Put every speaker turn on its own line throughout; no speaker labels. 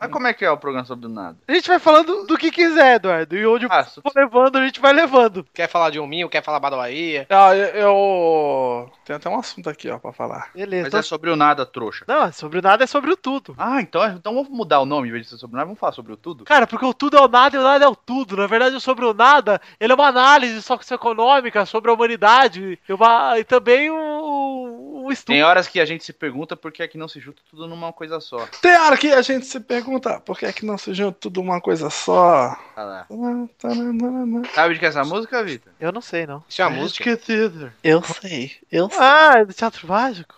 Mas como é que é o programa sobre do nada?
A gente vai falando do que quiser, Eduardo. E onde
Ah,
for levando, a gente vai levando.
Quer falar de um Minho, quer falar da Bahia?
Ah, eu, eu. Tem até um assunto aqui, ó, pra falar.
Beleza.
Mas é sobre o nada, trouxa.
Não, é sobre o nada é sobre o tudo.
Ah, então, então vamos mudar o nome, em vez de ser sobre o nada, vamos falar sobre o tudo?
Cara, porque o tudo é o nada e o nada é o tudo. Na verdade, o sobre o nada, ele é uma análise socioeconômica sobre a humanidade e, uma- e também um, um estudo.
Tem horas que a gente se pergunta por que é que não se junta tudo numa coisa só.
Tem hora que a gente se pergunta por que é que não se junta tudo uma coisa só.
Ah lá.
Tananana.
Sabe de que é essa música, Vitor?
Eu não sei, não.
Isso é uma música.
Esquecido.
Eu sei, eu sei.
Ah, é do teatro mágico?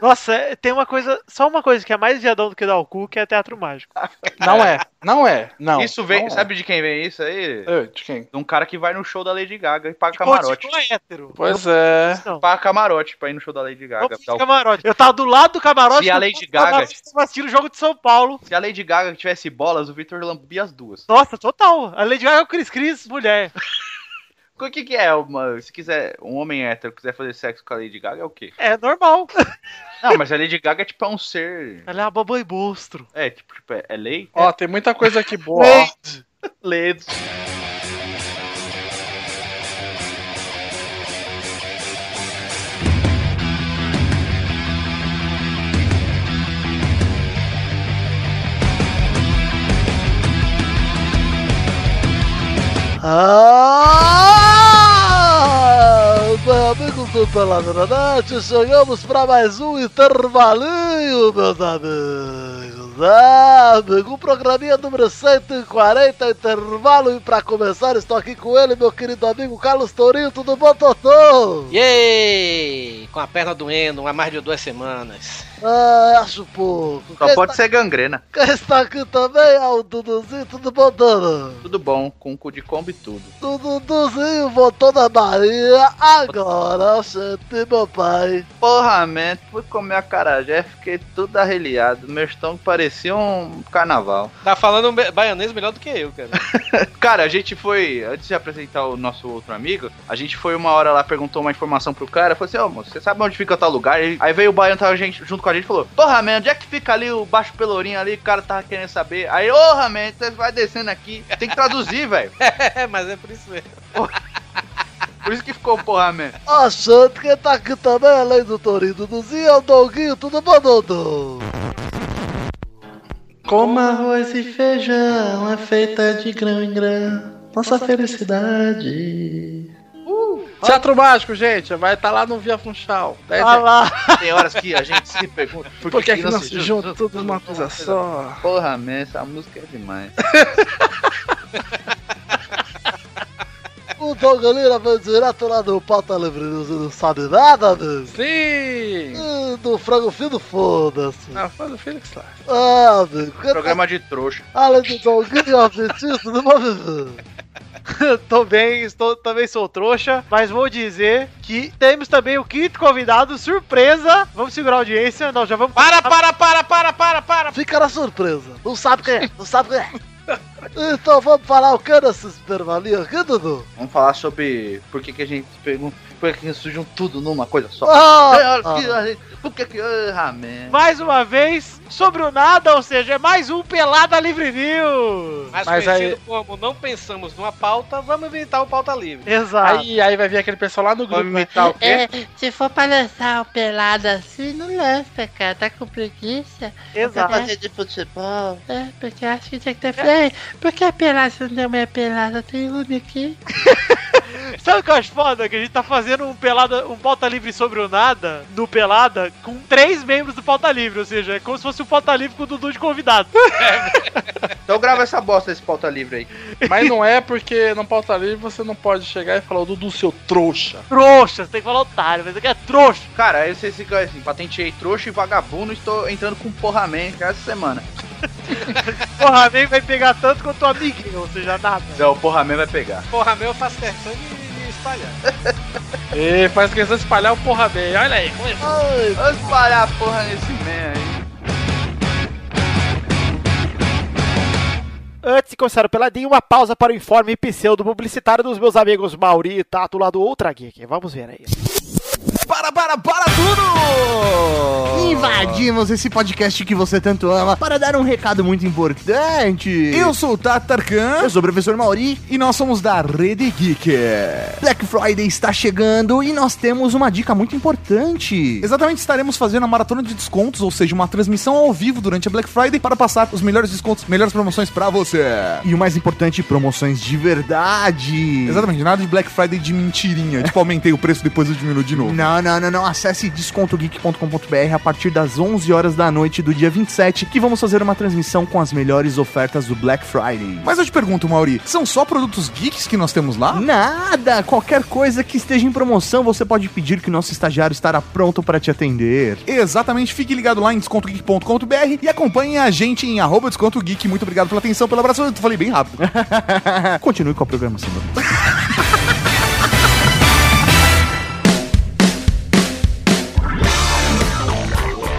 Nossa, é- tem uma coisa, só uma coisa que é mais viadão do que dar o cu, que é teatro mágico.
Não é, não é, não.
Isso vem,
não é.
sabe de quem vem isso aí?
Eu, de quem?
De um cara que vai no show da Lady Gaga e
Tipo,
paga camarote.
Continua Tipo, hétero.
Pois é.
Não,
Paga camarote pra ir no show da Lady
não
Gaga.
fiz
Dá o-
camarote. Eu tava do lado do camarote
Se a
do
Lady
lado do
Gaga-
camarote, tava assistindo o jogo de São Paulo.
Se a Lady Gaga tivesse bolas, o Vitor lambia as duas.
Nossa, total. A Lady Gaga é o Cris Cris, mulher.
O que, que é uma. Se quiser, um homem hétero quiser fazer sexo com a Lady Gaga, é o quê?
É normal.
Não, mas a Lady Gaga é tipo é um ser.
Ela é uma babai monstro.
É, tipo, tipo, é, é lei?
Ó, tem muita coisa aqui boa. ó. É
Lei.
Ah! Amigos do Peladronete, chegamos para mais um intervalinho, meus amigos. Ah, amigo, o programinha número 140, intervalo. E para começar, estou aqui com ele, meu querido amigo Carlos Tourinho, tudo bom, Totô?
Yay! Com a perna doendo há mais de duas semanas.
Ah, acho pouco.
Só
Quem,
pode
está,
ser gangrena.
quem está aqui também é o Duduzinho, tudo bom, Dudu?
Tudo bom, com cu de combo e tudo.
O Duduzinho voltou da Bahia, agora senti meu pai.
Porra, man, fui comer a carajé, fiquei tudo arreliado. Meu estômago parecia um carnaval.
Tá falando be- baianês melhor do que eu, cara.
Cara, a gente foi, antes de apresentar o nosso outro amigo, a gente foi uma hora lá, perguntou uma informação pro cara, falou assim, ô moço, você sabe onde fica tal lugar? Ele- Aí veio o Baiano tava gente, junto com a gente e falou, porra, man, onde é que fica ali o Baixo Pelourinho ali, o cara tava querendo saber. Aí, porra, man, você vai descendo aqui, tem que traduzir, velho.
É, mas é por isso mesmo.
Por isso que ficou porra, man.
Achando que tá aqui também, além do Torinho Duduzinho, é o Doguinho, tudo bom, Dudu?
Como arroz e feijão é feita de grão em grão. Nossa felicidade. Teatro Mágico, gente, vai estar lá no Via Funchal. 10
Ah lá,
Tem horas que a gente se pergunta, por
Por que, é que Tá não se junta tudo numa coisa só?
Porra, man, essa música é demais.
o Dogalina veio direto "Ah, lá do Pauta Livre News e não sabe nada, mesmo.
Sim!
E do frango fino, foda-se.
Ah, faz o Felix lá.
Ah, amigo, que tá...
Programa de trouxa.
além do Doguinho, ó, Vitinho, tudo bom, Vitinho? Tô bem, estou, também sou trouxa, mas vou dizer que temos também o quinto convidado, surpresa. Vamos segurar a audiência, não, já vamos
Para, para, para, para, para, para!
Fica na surpresa. Não sabe quem é, não sabe quem é. Então vamos falar o que nesses pervalinhos aqui, Dudu?
Vamos falar sobre por que, que a gente se pergunta, por que, que se juntam tudo numa coisa só. Tem
Ah,
horas que a gente- Por que que. Ah, man.
Mais uma vez, sobre o nada, ou seja, é mais um Pelada Livre News.
Mas,
Mas
conhecido
aí-
como não pensamos numa pauta, vamos inventar o pauta livre.
Exato.
Aí, aí vai vir aquele pessoal lá no grupo.
Vamos imitar o quê?
É, se for pra lançar o pelado assim, não lança, cara. Tá com preguiça. Tá
exato.
fazer de futebol. É, porque acho que tinha que ter. É, por que a pelada não é pelada? Tem um aqui.
Sabe o que eu acho foda? Que a gente tá fazendo um pelada, um pauta livre sobre o nada, no pelada, com três membros do pauta livre, ou seja, é como se fosse um pauta livre com o Dudu de convidado.
Então grava essa bosta desse pauta livre aí.
Mas não é porque no pauta livre você não pode chegar e falar o Dudu, seu trouxa.
Trouxa, você tem que falar otário, mas aqui é trouxa.
Cara, aí vocês ficam assim, patenteei trouxa e vagabundo, estou entrando com porra man essa semana.
Porra, nem vai pegar tanto quanto o amiguinho, ou seja, nada.
Não, o porra man vai pegar.
Porra, meu, eu faço questão de, de espalhar.
E faz questão de espalhar o porra bem. Olha aí.
Vamos parar a porra nesse man aí.
Antes de começar o peladinho, uma pausa para o informe pseudo-publicitário dos meus amigos Mauri e Tato lá do Outra Geek. Vamos ver aí.
Para, para, para tudo! invadimos esse podcast que você tanto ama para dar um recado muito importante. Eu sou o Tato Tarkan. Eu sou o professor Mauri. E nós somos da Rede Geek. Black Friday está chegando e nós temos uma dica muito importante.
Exatamente, estaremos fazendo a maratona de descontos, ou seja, uma transmissão ao vivo durante a Black Friday para passar os melhores descontos, melhores promoções pra você.
E o mais importante, promoções de verdade.
Exatamente, nada de Black Friday de mentirinha. Tipo, aumentei o preço, depois eu diminuo de novo.
Não, não, não, não. Acesse descontogeek.com.br a partir das 11 horas da noite do dia 27, que vamos fazer uma transmissão com as melhores ofertas do Black Friday.
Mas eu te pergunto, Mauri, são só produtos geeks que nós temos lá?
Nada! Qualquer coisa que esteja em promoção, você pode pedir que o nosso estagiário estará pronto para te atender.
Exatamente, fique ligado lá em descontogeek.com.br e acompanhe a gente em arroba descontogeek. Muito obrigado pela atenção, pelo abraço. Eu falei bem rápido.
Continue com a programação.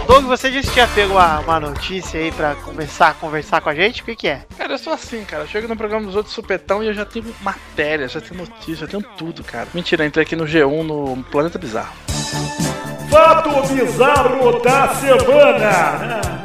Doug, você disse que tinha pego uma, uma notícia aí pra começar a conversar com a gente? O que que é?
Cara, eu sou assim, cara. Eu chego no programa dos outros supetão e eu já tenho matéria, já tenho notícia, já tenho tudo, cara. Mentira, eu entrei aqui no G1 no Planeta Bizarro.
Fato bizarro da semana.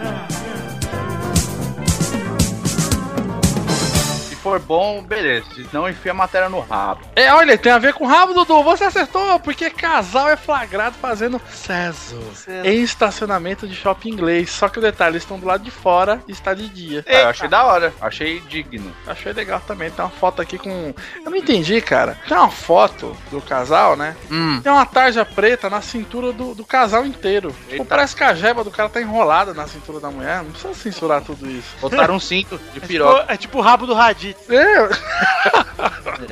Se for bom, beleza. Se não, enfia a matéria no rabo.
É, olha, tem a ver com o rabo, Dudu. Você acertou, porque casal é flagrado fazendo ceso em estacionamento de shopping inglês. Só que o detalhe, eles estão do lado de fora e está de dia.
Ah, eu achei da hora. Achei digno.
Achei legal também. Tem uma foto aqui com. Eu não entendi, cara. Tem uma foto do casal, né?
Hum.
Tem uma tarja preta na cintura do, do casal inteiro. Tipo,
Eita.
parece que a jeba do cara tá enrolada na cintura da mulher. Não precisa censurar tudo isso.
Botaram um cinto de
É tipo,
piroca.
é tipo o rabo do Raditz.
É,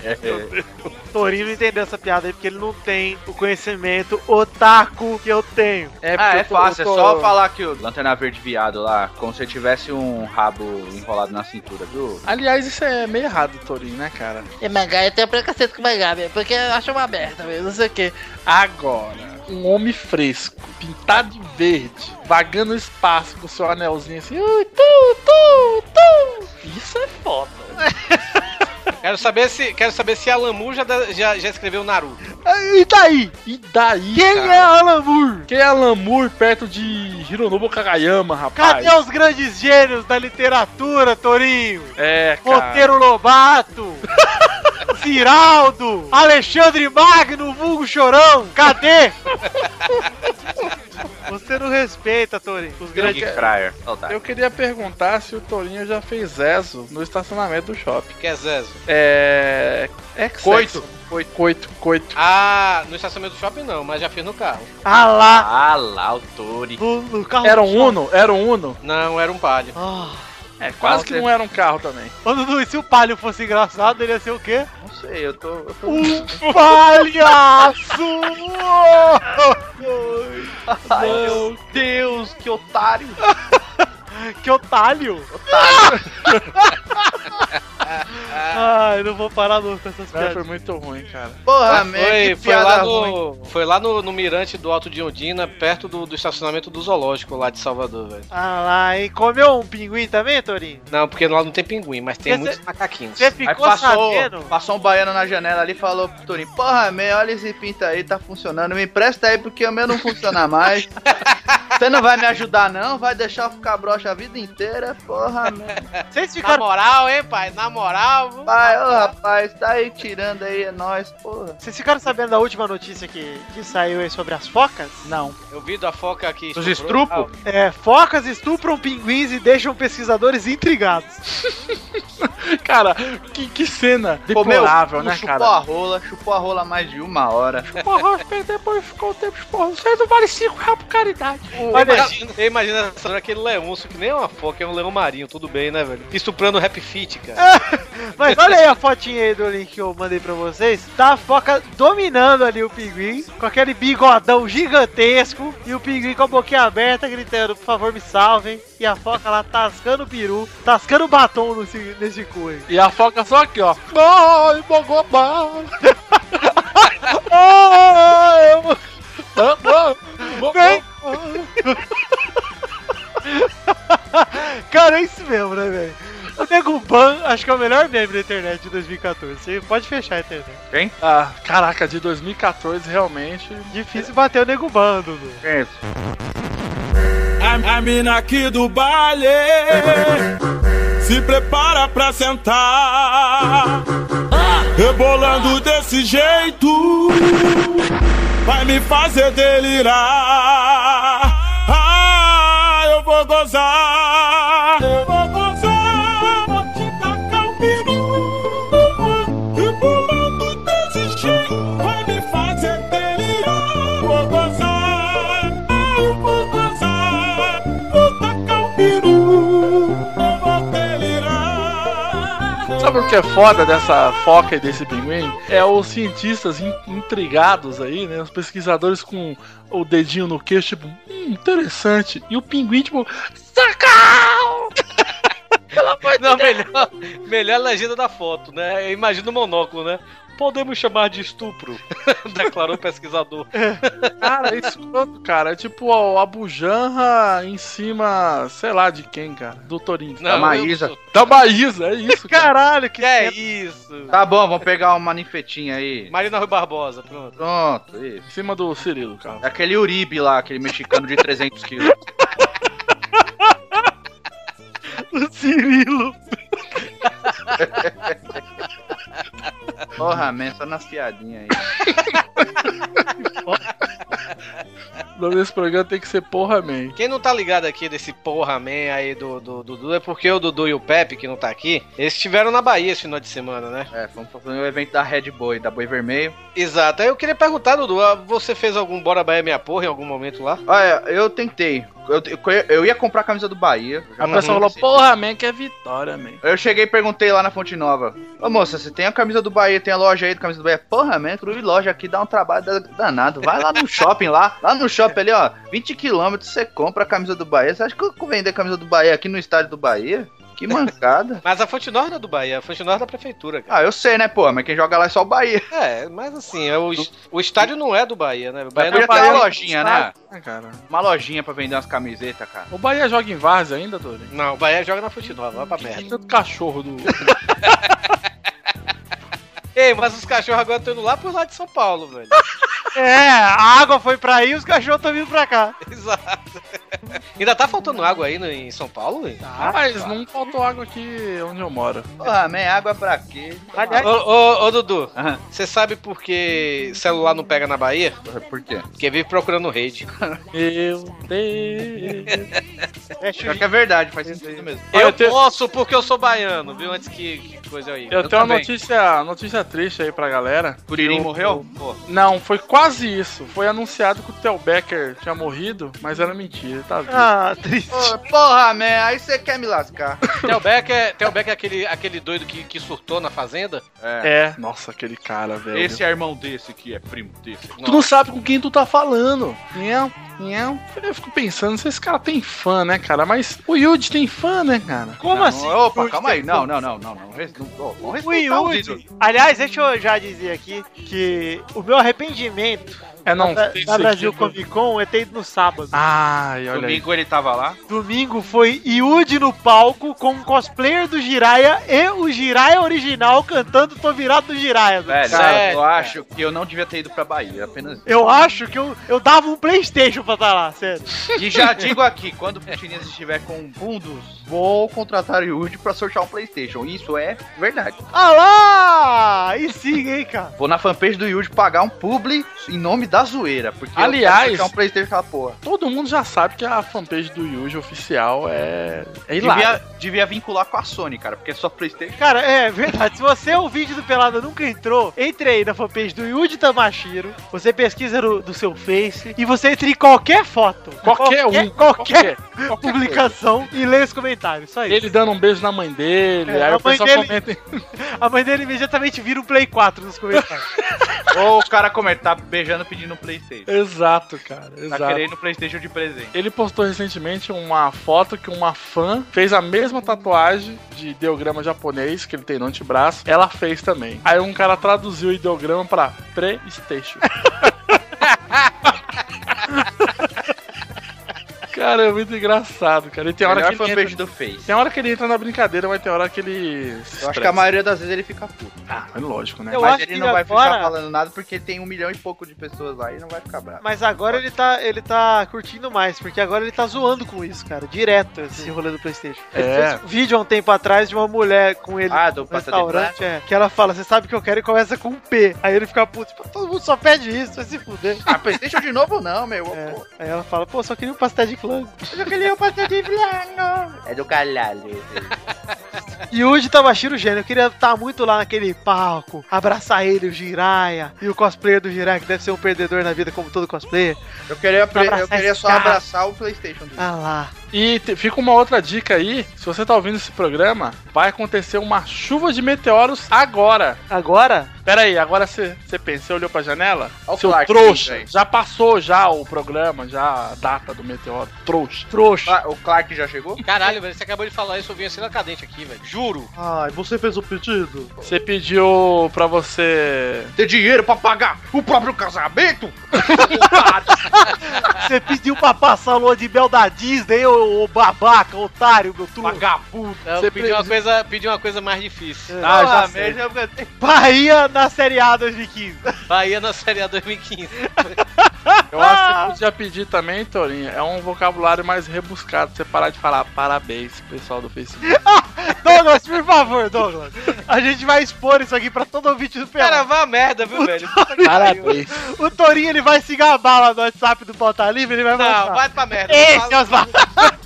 É,
O Torinho não entendeu essa piada aí porque ele não tem o conhecimento otaku que eu tenho.
é,
Ah,
porque
é
eu tô-
fácil, é
eu tô-
só falar que o Lanterna Verde viado lá, como se tivesse um rabo enrolado na cintura, viu?
Aliás, isso é meio errado, Torinho, né, cara?
E mangá, eu tenho preconceito com mangá, meu, porque eu acho uma merda, meu.
não sei o que. Agora, um homem fresco, pintado de verde, vagando o espaço com seu anelzinho assim, ui, tu, tu, tu. Isso é foda.
Quero saber se, quero saber se a Lamu já, da- já, já escreveu Naruto.
Ah, E daí? E daí?
Quem
cara?
é Alan Moore?
Quem é Alamur perto de Hironobu Kagayama, rapaz?
Cadê os grandes gênios da literatura, Torinho?
É, cara.
Monteiro Lobato, Ziraldo, Alexandre Magno, vulgo chorão, cadê? Você não respeita, Torinho, os
Grande
grandes...
Fryer. tá. Saudade.
Eu queria perguntar se o Torinho já fez ESO no estacionamento do shopping.
Que é Zezo.
É. é que
Coito.
sexo. Coito, coito, coito.
Ah, no estacionamento do shopping não, mas já fiz no carro.
Ah lá,
Ah lá, o Tori.
no, no carro
Era
do
um
shopping.
Uno? Era um Uno?
Não, era um palio.
Ah,
É, quase que não era um carro também.
ô, Dudu, e se o Palio fosse engraçado, ele ia ser o quê?
Não sei, eu tô. Eu tô...
Um palhaço!
Ai, meu Deus, que otário!
que otário! Ai, não vou parar nunca com essas
Cara, foi
piadas.
muito ruim, cara.
Porra,
Mas
merda, que
foi, foi lá,
piada ruim.
no, foi lá no, no mirante do Alto de Ondina, perto do, do estacionamento do zoológico lá de Salvador, velho.
Ah lá, e comeu um pinguim também, Torinho?
Não, porque lá não tem pinguim, mas tem
Quer
muitos macaquinhos.
Você
Aí
ficou
passou,
sabendo?
passou um baiano na janela ali e falou pro Torinho: Porra, meu, olha esse pinta aí, tá funcionando. Me empresta aí porque o meu não funciona mais. Você não vai me ajudar, não? Vai deixar eu ficar broxa a vida inteira? Porra, meu. Tá
Vocês
Na
ficaram.
moral, hein, pai? Na moral. vamos-
Pai, ô rapaz, tá aí tirando aí, é nóis, porra.
Vocês ficaram sabendo da última notícia que, que saiu aí sobre as focas? Não.
Eu vi da foca aqui.
Dos
estuprou-
estrupos?
Ah,
É, focas estupram pinguins e deixam pesquisadores intrigados.
Cara, que, que cena deplorável, né,
chupou
cara?
a rola, chupou a rola mais de uma hora.
Porra, depois ficou o tempo esporro. Vocês não vale 5 reais por caridade.
Eu imagino, Ah, eu imagino essa hora, aquele leonço que nem é uma foca, é um leão marinho, tudo bem, né, velho? Estuprando o Rap Fit, cara.
Mas olha aí a fotinha aí do link que eu mandei pra vocês. Tá a foca dominando ali o pinguim, com aquele bigodão gigantesco, e o pinguim com a boquinha aberta, gritando, por favor, me salvem. E a foca lá tascando o peru, tascando batom nesse, nesse cu aí.
E a foca só aqui, ó. Ai, bogobá.
Ah, eu
Ah, ah, bo-
Vem! Cara, é isso mesmo, né, velho? O Nego Ban, acho que é o melhor meme da internet de 2014. Você pode fechar a internet.
Ah, caraca, de 2014 realmente.
Difícil bater o Nego Ban, Dudu.
a, a mina aqui do baile se prepara pra sentar, rebolando desse jeito, vai me fazer delirar. Ah, eu vou gozar, eu vou gozar, vou te tacar o peru, rebolando desse jeito, vai me fazer delirar. Vou gozar, ah, eu vou gozar, vou tacar o peru, eu vou delirar.
Sabe o que é foda dessa foca e desse pinguim? É os cientistas in- intrigados aí, né? Os pesquisadores com o dedinho no queixo, tipo, hum, interessante. E o pinguim, tipo, sacau! Pelo amor de
Não,
Deus!
melhor, melhor legenda da foto, né? Imagina o monóculo, né? Podemos chamar de estupro, declarou o pesquisador.
Cara, é escroto, cara. É tipo ó, a bujanra em cima, sei lá de quem, cara. Do Torinho.
Da Maísa.
Da Maísa, é isso. Caralho,
Que é isso?
Tá bom, vamos pegar uma ninfetinha aí.
Marina Rui Barbosa, pronto.
Pronto, isso.
Em cima do Cirilo, cara.
É Aquele Uribe lá, aquele mexicano de 300 quilos.
O Cirilo.
Porra, man, só nas piadinhas aí.
O nome desse programa tem que ser Porra Man.
Quem não tá ligado aqui desse porra man aí do do Dudu é porque o Dudu e o Pepe, que não tá aqui, eles estiveram na Bahia esse final de semana, né?
É, vamos fazer o evento da Red Boy, da Boi Vermelho.
Exato. Aí eu queria perguntar, Dudu, ah, você fez algum Bora Bahia Minha Porra em algum momento lá?
Olha, eu tentei. Eu, eu- eu ia comprar a camisa do Bahia.
A pessoa falou, porra, man, que é vitória, man.
Eu cheguei e perguntei lá na Fonte Nova. Ô moça, você tem a camisa do Bahia, tem a loja aí do camisa do Bahia? Porra, man, inclusive loja aqui dá um trabalho da- danado. Vai lá no shopping lá. Lá no shopping ali, ó. 20 km você compra a camisa do Bahia. Você acha que eu vou vender a camisa do Bahia aqui no estádio do Bahia? Que mancada.
Mas a Fonte Norte é do Bahia, a Fonte Norte é da prefeitura, cara.
Ah, eu sei, né, pô? Mas quem joga lá é só o Bahia.
Ah.
É, mas assim, é o, es- o estádio não é do Bahia, né? O Bahia
Podia
não
ter
é
Bahia.
uma lojinha, né?
Ah, cara.
Uma lojinha pra vender umas camisetas, cara.
O Bahia joga em Várzea ainda, Torinho?
Não, o Bahia joga na Fonte Nova, vai pra merda.
Tem tanto cachorro do.
Ei, mas os cachorros agora estão indo lá pro lado de São Paulo, velho.
É, a água foi pra aí e os cachorros estão vindo pra cá.
Exato. Ainda tá faltando água aí no- em São Paulo? velho?
Ah, mas não faltou água aqui onde eu moro.
Porra, man, água pra quê?
Ô, ô, ô, Dudu,
Aham.
você sabe por que celular não pega na Bahia?
Ah, Por quê?
Porque vive procurando rede.
Meu Deus.
É,
Pior
Churinho.
que é verdade, faz sentido mesmo.
Olha,
eu
eu tenho-
posso porque eu sou baiano, viu? Antes que, que coisa aí.
Eu, tenho uma
também.
notícia, notícia triste aí pra galera.
Curirim morreu?
Pô,
Não, foi quase isso. Foi anunciado que o Theo Becker tinha morrido, mas era mentira, tá vivo.
Ah, triste.
Ô, Porra, man, aí você quer me lascar.
Theo Beck é, Theo Beck é aquele, aquele doido que, que surtou na fazenda?
É.
É. Nossa, aquele cara, velho.
Esse é irmão desse que é primo desse.
Tu não sabe com quem tu tá falando. Não, não. Eu fico pensando, não sei se esse cara tem fã, né, cara? Mas o Yuji tem fã, né, cara?
Como
Não,
assim?
Opa,
Yuri
calma aí.
tem
Não,
fã?
não, não, não, não. Res- não ó, vamos
O
respeitar os ídolos.
Yuri. Aliás, deixa eu já dizer aqui que o meu arrependimento
É não.
da,
tem
da Brasil
sentido.
Comic Con é ter ido no sábado.
Ai, olha aí.
Domingo ele tava lá.
Domingo foi Yudi no palco com um cosplayer do Jiraya e o Jiraya original cantando Tô Virado do Jiraya.
Velho,
Sério,
eu acho que eu não devia ter ido pra Bahia, apenas.
Eu acho que eu, eu dava um Playstation pra estar lá, sério.
E já digo aqui, quando o chinês estiver com um fundos, vou contratar o Yuri pra sortear um Playstation. Isso é verdade.
Ah lá! E sim, hein, cara.
Vou na fanpage do Yuri pagar um publi em nome da zoeira. Porque eu
Aliás-
quero sortear um Playstation com aquela porra.
Todo mundo já sabe que a fanpage do Yuji oficial é. É
Devia,
hilária.
devia vincular com a Sony, cara, porque é só Playstation.
Cara, é verdade. Se você é ouvinte do Pelada nunca entrou, entre aí na fanpage do Yuji Tamashiro. Você pesquisa no, do seu Face e você entra em qualquer foto.
Qualquer um.
Qualquer,
qualquer, qualquer
publicação e lê os comentários. Só
coisa.
isso.
Ele dando um beijo na mãe dele,
É,
aí
a
o
mãe
pessoal
dele-
comenta. hein?
A mãe dele imediatamente vira um Play 4 nos comentários.
Ou o cara comentar beijando pedindo um Playstation.
Exato, cara.
Tá
Exato.
querendo um Playstation de presente.
Ele postou recentemente uma foto que uma fã fez a mesma tatuagem de ideograma japonês que ele tem no antebraço. Ela fez também. Aí um cara traduziu o ideograma pra PlayStation. Cara, é muito engraçado, cara. E tem hora
Melhor
que ele
fanpage
entra...
do Face.
Tem hora que ele entra na brincadeira, mas tem hora que ele.
Eu acho que a maioria das vezes ele fica puto.
Ah, é lógico, né?
Eu
Mas
acho
ele
que
não vai
agora-
ficar falando nada porque tem um milhão e pouco de pessoas lá e não vai ficar bravo.
Mas agora ele tá, ele tá curtindo mais, porque agora ele tá zoando com isso, cara. Direto esse rolê do Playstation. Ele
É.
fez um vídeo há um tempo atrás de uma mulher com ele
Ah, do
no
Pata de
restaurante, é, que ela fala, você sabe o que eu quero e começa com um P. Aí ele fica puto, tipo, todo mundo só pede isso, vai se fuder. É,
Ah, Playstation de novo não, meu. Pô,
Aí ela fala, pô, só queria um pastel de flan.
Mas eu queria um pastel de vilano. É do caralho.
E hoje Tabashiro gênio, eu queria estar muito lá naquele palco, abraçar ele, o Jiraya, e o cosplayer do Jiraya, que deve ser um perdedor na vida, como todo cosplayer.
Eu queria, pre- eu
Abraçar
queria
esse
só
cara.
abraçar o Playstation. dele.
Ah lá.
E te- fica uma outra dica aí: se você tá ouvindo esse programa, vai acontecer uma chuva de meteoros agora.
Agora?
Pera aí, agora você você pensa, você olhou pra janela?
Olha o
Seu
Clark,
trouxa,
gente.
já passou já o programa, já a data do meteoro. Trouxa.
Trouxa.
Ah, O Clark já chegou?
Caralho, velho, você acabou de falar isso, eu vim assim na cadente aqui, velho. Juro.
Ai, você fez o pedido?
Você pediu pra você.
Ter dinheiro pra pagar o próprio casamento?
Você pediu pra passar a lua de mel da Disney, ô, ô babaca, otário, meu truco. Vagabundo.
Não,
Você
pedi, uma coisa, pedi uma coisa mais difícil. Tá
Ah, já sei.
Bahia na Série A 2015.
Bahia na Série A 2015.
Eu acho
Ah!
que você podia pedir também, Torinha. É um vocabulário mais rebuscado. Você parar de falar parabéns, pessoal do Facebook.
Douglas, por favor, Douglas. A gente vai expor isso aqui pra todo ouvinte do
Cara,
Pelado.
vá a merda, viu, velho?
Parabéns.
O Torinho, ele vai se gabar lá no WhatsApp do Pauta Livre, ele vai
Não,
mandar.
vai pra merda.
Ei,
Fala-
seus machos!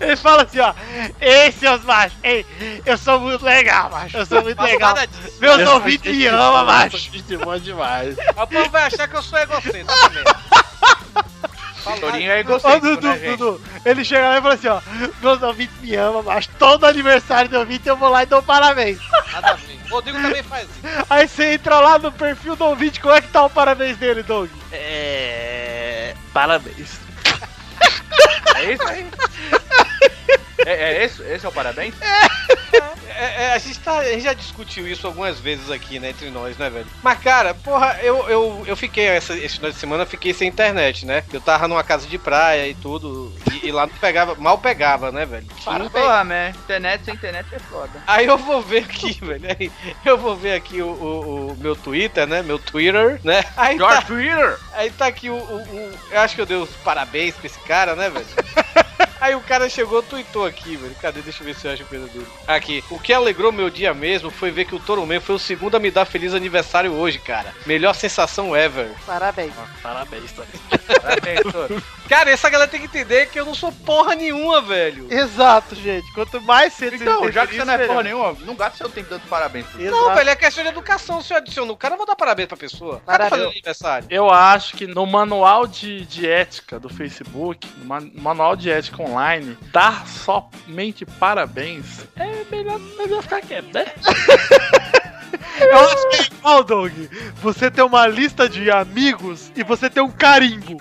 Ele fala assim, ó. Ei, seus machos! Ei, eu sou muito legal, macho. Eu sou muito
fala
legal.
nada disso.
Meus ouvintes me amam, macho.
Gente boa demais.
A povo vai achar que eu sou egocêntrico também.
Torinho é
Ô,
egocêntrico,
Dudu,
né, gente?
Dudu, ele chega lá e fala assim, ó. Meus ouvintes me amam, macho. Todo aniversário do ouvinte eu vou lá e dou parabéns.
Nada a ver. Rodrigo também faz isso.
Aí você entra lá no perfil do ouvinte, como é que tá o parabéns dele, Doug?
É. Parabéns.
É isso aí? É, é esse, esse é o parabéns?
É, é, a, gente tá, a gente já discutiu isso algumas vezes aqui, né, entre nós, né, velho? Mas, cara, porra, eu, eu, eu fiquei, essa, esse final de semana, eu fiquei sem internet, né? Eu tava numa casa de praia e tudo, e, e lá não pegava, mal pegava, né, velho? Não pegava.
Porra, man. Internet sem internet é foda.
Aí eu vou ver aqui, velho, aí eu vou ver aqui o, o- o meu Twitter, né, meu Twitter, né? Aí tá,
George Twitter?
aí tá aqui o, o- o- Eu acho que eu dei os parabéns pra esse cara, né, velho? Aí o cara chegou, tweetou aqui, velho. Cadê? Deixa eu ver se eu acho o coisa dele. Aqui. O que alegrou meu dia mesmo foi ver que o Toro Man foi o segundo a me dar feliz aniversário hoje, cara. Melhor sensação ever.
Parabéns.
Parabéns, Torinha.
Parabéns, Toro.
Cara, essa galera tem que entender que eu não sou porra nenhuma, velho.
Exato, gente. Quanto mais cedo
Então,
entender
já que você
isso,
não é
melhor.
porra nenhuma, não gasta seu tempo dando parabéns. Toro.
Exato.
Não, velho, é questão de educação. Se eu adiciono o cara, eu vou dar parabéns pra pessoa. O cara tá
Parabéns.
fazendo aniversário.
Eu acho que no manual de, de ética do Facebook, no man- manual de ética online, dar somente parabéns é melhor, melhor ficar quieto, né?
Eu acho que é igual, Doug. Você tem uma lista de amigos e você tem um carimbo.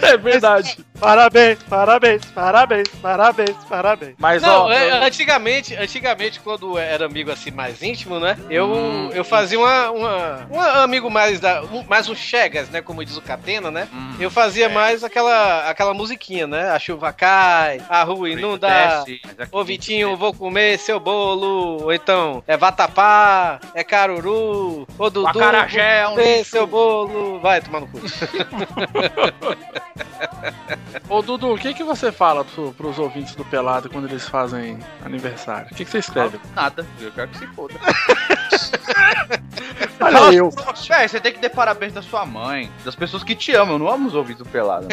É verdade.
Parabéns, parabéns, parabéns, parabéns, parabéns.
Mas,
Não,
ó,
é,
eu-
antigamente, antigamente, quando era amigo assim mais íntimo, né? Eu, eu fazia uma, uma. Um amigo mais da. um- mais o Chegas, né? Como diz o Catena, né? eu fazia mais aquela, aquela musiquinha, né? A chuva cai, a rua inunda.
Desce, mas aqui
Ô Vitinho, vou comer seu bolo. Ou então, é vatapá, é caruru. Ô
O
Dudu,
acarajé é um
vou comer
lixo.
seu bolo. Vai tomar no cu.
ô Dudu, o que, que você fala pro, pros ouvintes do Pelado quando eles fazem aniversário? O que, que você escreve?
Nada, eu quero que se foda.
Olha eu.
Véi, você tem que dar parabéns da sua mãe, das pessoas que te amam. Eu não amo os ouvidos pelados.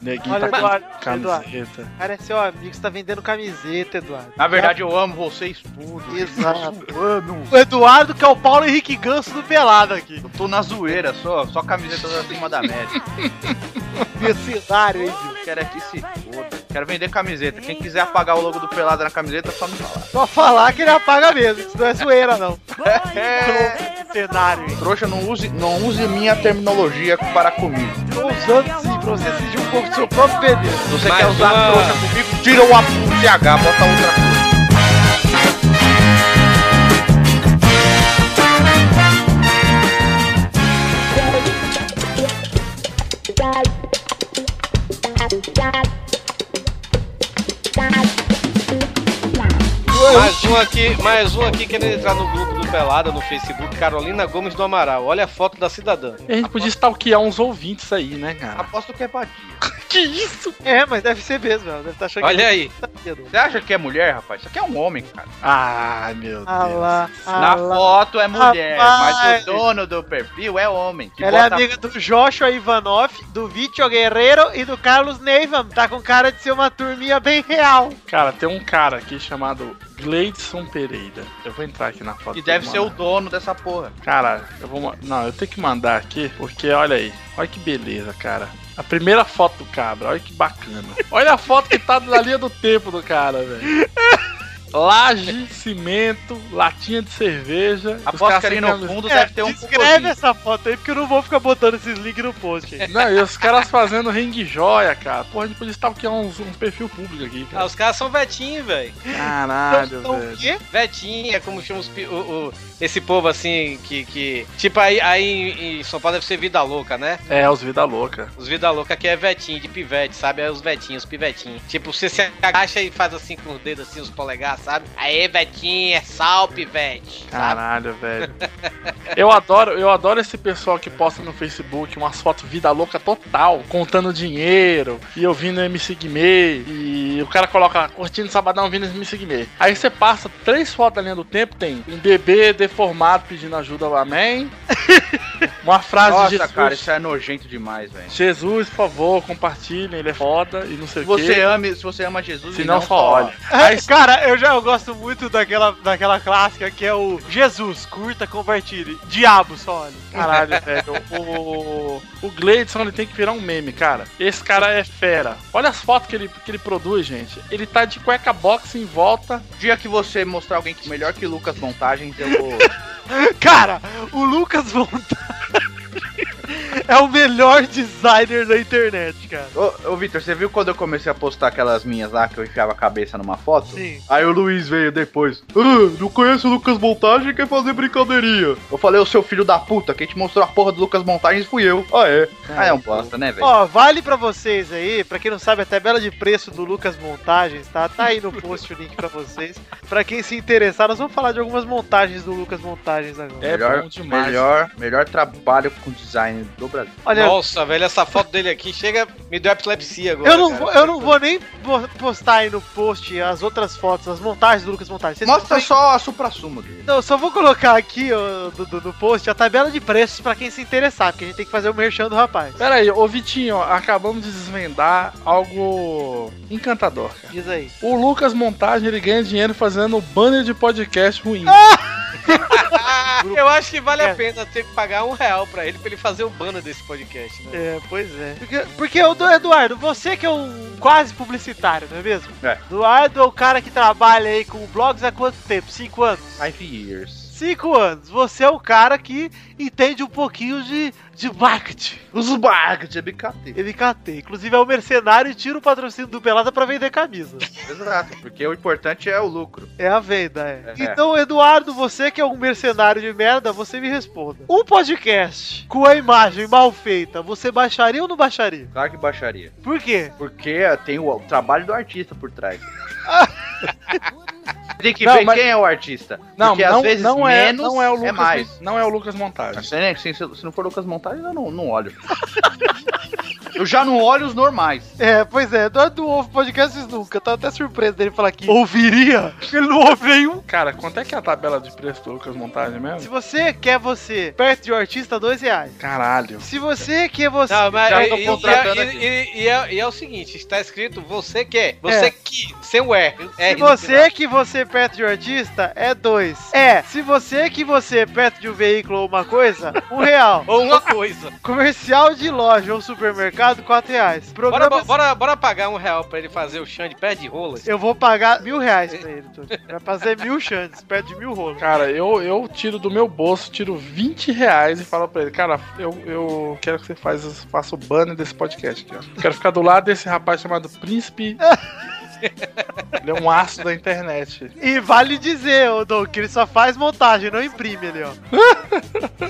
Neguinho
Olha,
tá
Eduardo,
com camiseta.
O cara é seu amigo, você tá vendendo camiseta, Eduardo.
Na verdade, eu amo vocês tudo.
Exato. O Eduardo que é o Paulo Henrique Ganso do Pelado aqui.
Eu tô na zoeira só, só camisetas acima da média.
Mercenário, hein, Gil?
Quero aqui se foda. Quero vender camiseta. Quem quiser apagar o logo do pelado na camiseta, é só me falar.
Só falar que ele apaga mesmo, isso não é zoeira, não. É. Mercenário, hein?
Trouxa, não use, não use minha terminologia para comigo.
Tô usando sim pra você sentir
É
um pouco do seu próprio veneno.
Se você
Mais
quer usar
uma.
trouxa comigo, tira o apu do TH, bota outra coisa.
sou eu.
Mais um aqui, mais um aqui querendo entrar no grupo do Pelada no Facebook, Carolina Gomes do Amaral. Olha a foto da cidadã.
A gente podia stalkear uns ouvintes aí, né, cara?
Aposto que é vadia.
Que isso?
É, mas deve ser mesmo, ela deve estar achando
Olha aí.
Você acha que é mulher, rapaz? Isso aqui é um homem, cara.
Ai, meu Deus.
Ah lá, ah
Na
lá.
foto é mulher, mas
Rapaz.
o dono do perfil é homem. que
Ela é
bota-
amiga do Joshua Ivanoff, do Vítio Guerreiro e do Carlos Neivam. Tá com cara de ser uma turminha bem real.
Cara, tem um cara aqui chamado Gleidson Pereira. Eu vou entrar aqui na foto.
Que deve
dele,
ser o
mano.
dono dessa porra.
Cara, eu vou. ma- Não, eu tenho que mandar aqui, porque olha aí. Olha que beleza, cara. A primeira foto do cabra, olha que bacana. Olha a foto que tá na linha do tempo do cara, velho. Laje, cimento, latinha de cerveja. os
Aposto
caras
que ali
sem
no
camisa-
fundo
É,
deve ter um
descreve
cocôzinho.
essa foto aí, porque eu não vou ficar botando esses links no post.
É,
aí.
Não, e os caras fazendo ringue joia, cara. Porra, a gente podia stalkear uns, um perfil público aqui,
Ah,
cara.
os caras são vetinho, velho.
Caralho,
Então, o
velho.
quê?
Vetinho é como chama os pi- o- o- esse povo assim, que. que tipo, aí, aí em- em São Paulo deve ser vida louca, né?
É, os vida louca.
Os vida louca aqui é vetinho, de pivete, sabe? É os vetinhos, os pivetinhos. Tipo, você se agacha e faz assim com os dedos, assim, os polegares, sabe? Aê, vetinho, é sal, pivete. Sabe?
Caralho, velho. Eu adoro, eu adoro esse pessoal que posta no Facebook umas fotos vida louca total, contando dinheiro, e eu vindo MC Guimê, e o cara coloca curtindo sabadão vindo MC Guimê. Aí você passa três fotos da linha do tempo, tem um bebê deformado pedindo ajuda ao amém. Uma frase
Nossa,
de Jesus.
cara, isso é nojento demais, velho.
Jesus, por favor, compartilhem, ele é foda e não sei
Se
o quê.
você, é ama, é se você ama Jesus,
Se
e
não, só olha.
Ai, cara, eu já eu gosto muito daquela, daquela clássica que é o Jesus, curta, compartilhe. Diabo, só olha.
Caralho, velho. O, o Gleidson ele tem que virar um meme, cara. Esse cara é fera. Olha as fotos que ele, que ele produz, gente. Ele tá de cueca box em volta.
O dia que você mostrar alguém que melhor que Lucas Montagens, eu vou.
Cara, o Lucas Monta é o melhor designer da internet, cara.
Ô, ô Vitor, você viu quando eu comecei a postar aquelas minhas lá que eu enfiava a cabeça numa foto?
Sim.
Aí o Luiz veio depois. "Ah, não conhece o Lucas Montagem quer fazer brincadeirinha. Eu falei, ô seu filho da puta, quem te mostrou a porra do Lucas Montagens fui eu. Ah, é. Ah, é um bosta, né, velho?
Ó, vale pra vocês aí, pra quem não sabe, a tabela de preço do Lucas Montagens, tá? Tá aí no post o link pra vocês. Pra quem se interessar, nós vamos falar de algumas montagens do Lucas Montagens agora.
É
melhor,
bom demais.
Melhor, melhor trabalho com design do Brasil.
Olha,
Nossa, velho, essa foto dele aqui chega, me deu epilepsia agora.
eu não,
cara.
vou, eu não vou nem po- postar aí no post as outras fotos, as montagens do Lucas Montagens. Vocês
Mostra
vão-
só a supra-sumo dele.
Não, eu só vou colocar aqui ó, do- do- no post a tabela de preços pra quem se interessar, porque a gente tem que fazer o merchan do rapaz.
É.
Pera aí, ô Vitinho, acabamos de desvendar algo encantador, cara.
Diz aí.
O Lucas Montagem, ele ganha dinheiro fazendo banner de podcast ruim.
Ah, eu acho que vale
É.
a pena ter que pagar um real pra ele, pra ele fazer o banner desse podcast, né?
É, pois é. Porque, porque o do- Eduardo, você que é um quase publicitário, não é mesmo?
É.
Eduardo é o cara que trabalha aí com blogs há quanto tempo? Cinco anos?
Five years.
Cinco anos. Você é o cara que entende um pouquinho de, de marketing.
Os bugs de BKT.
Ele catei. Inclusive é o mercenário e tira o patrocínio do Pelada pra vender camisa.
Exato, porque o importante é o lucro.
É a venda, é.
É.
Então, Eduardo, você que é um mercenário de merda, você me responda. Um podcast com a imagem mal feita, você baixaria ou não baixaria?
Claro que baixaria.
Por quê?
Porque tem o, o trabalho do artista por trás. tem que
Não,
ver
mas-
quem é o artista.
Não,
porque
não,
às vezes
não é,
menos
não é o Lucas,
mais.
não é o Lucas Montagem.
Se, né, se, se não for Lucas Montagem, eu não, não olho. eu já não olho os normais.
É, pois é, Eduardo não ouve podcasts nunca. tá? Tô até surpreso dele falar que ouviria. Ele não ouve nenhum.
Cara, quanto é que é a tabela de preço do Lucas Montagem
Se
mesmo?
você quer você perto de um artista, dois reais.
Caralho.
Se você quer você.
Não,
já
mas é,
tô
e, e-
contratando
e-
aqui.
e- e é, e é o seguinte, está escrito você quer, você
É.
que, sem o R.
Se
R é no
você
final.
que você perto de um artista, é dois. É, se você que você perto de um veículo ou uma coisa, um real.
Ou uma coisa.
Comercial de loja ou supermercado, 4 reais.
Bora,
Programa...
bora, bora pagar um real pra ele fazer o chão de pé de rolas.
Eu vou pagar mil reais pra ele, Túlio. Vai fazer mil chances, perto de mil rolos.
Cara, eu, eu tiro do meu bolso, tiro 20 reais e falo pra ele, cara, eu, eu quero que você faz, faça o banner desse podcast aqui, ó. Eu Quero ficar do lado desse rapaz chamado Príncipe Ele é um aço da internet.
E vale dizer, ô Doug, que ele só faz montagem, não imprime ali, ó.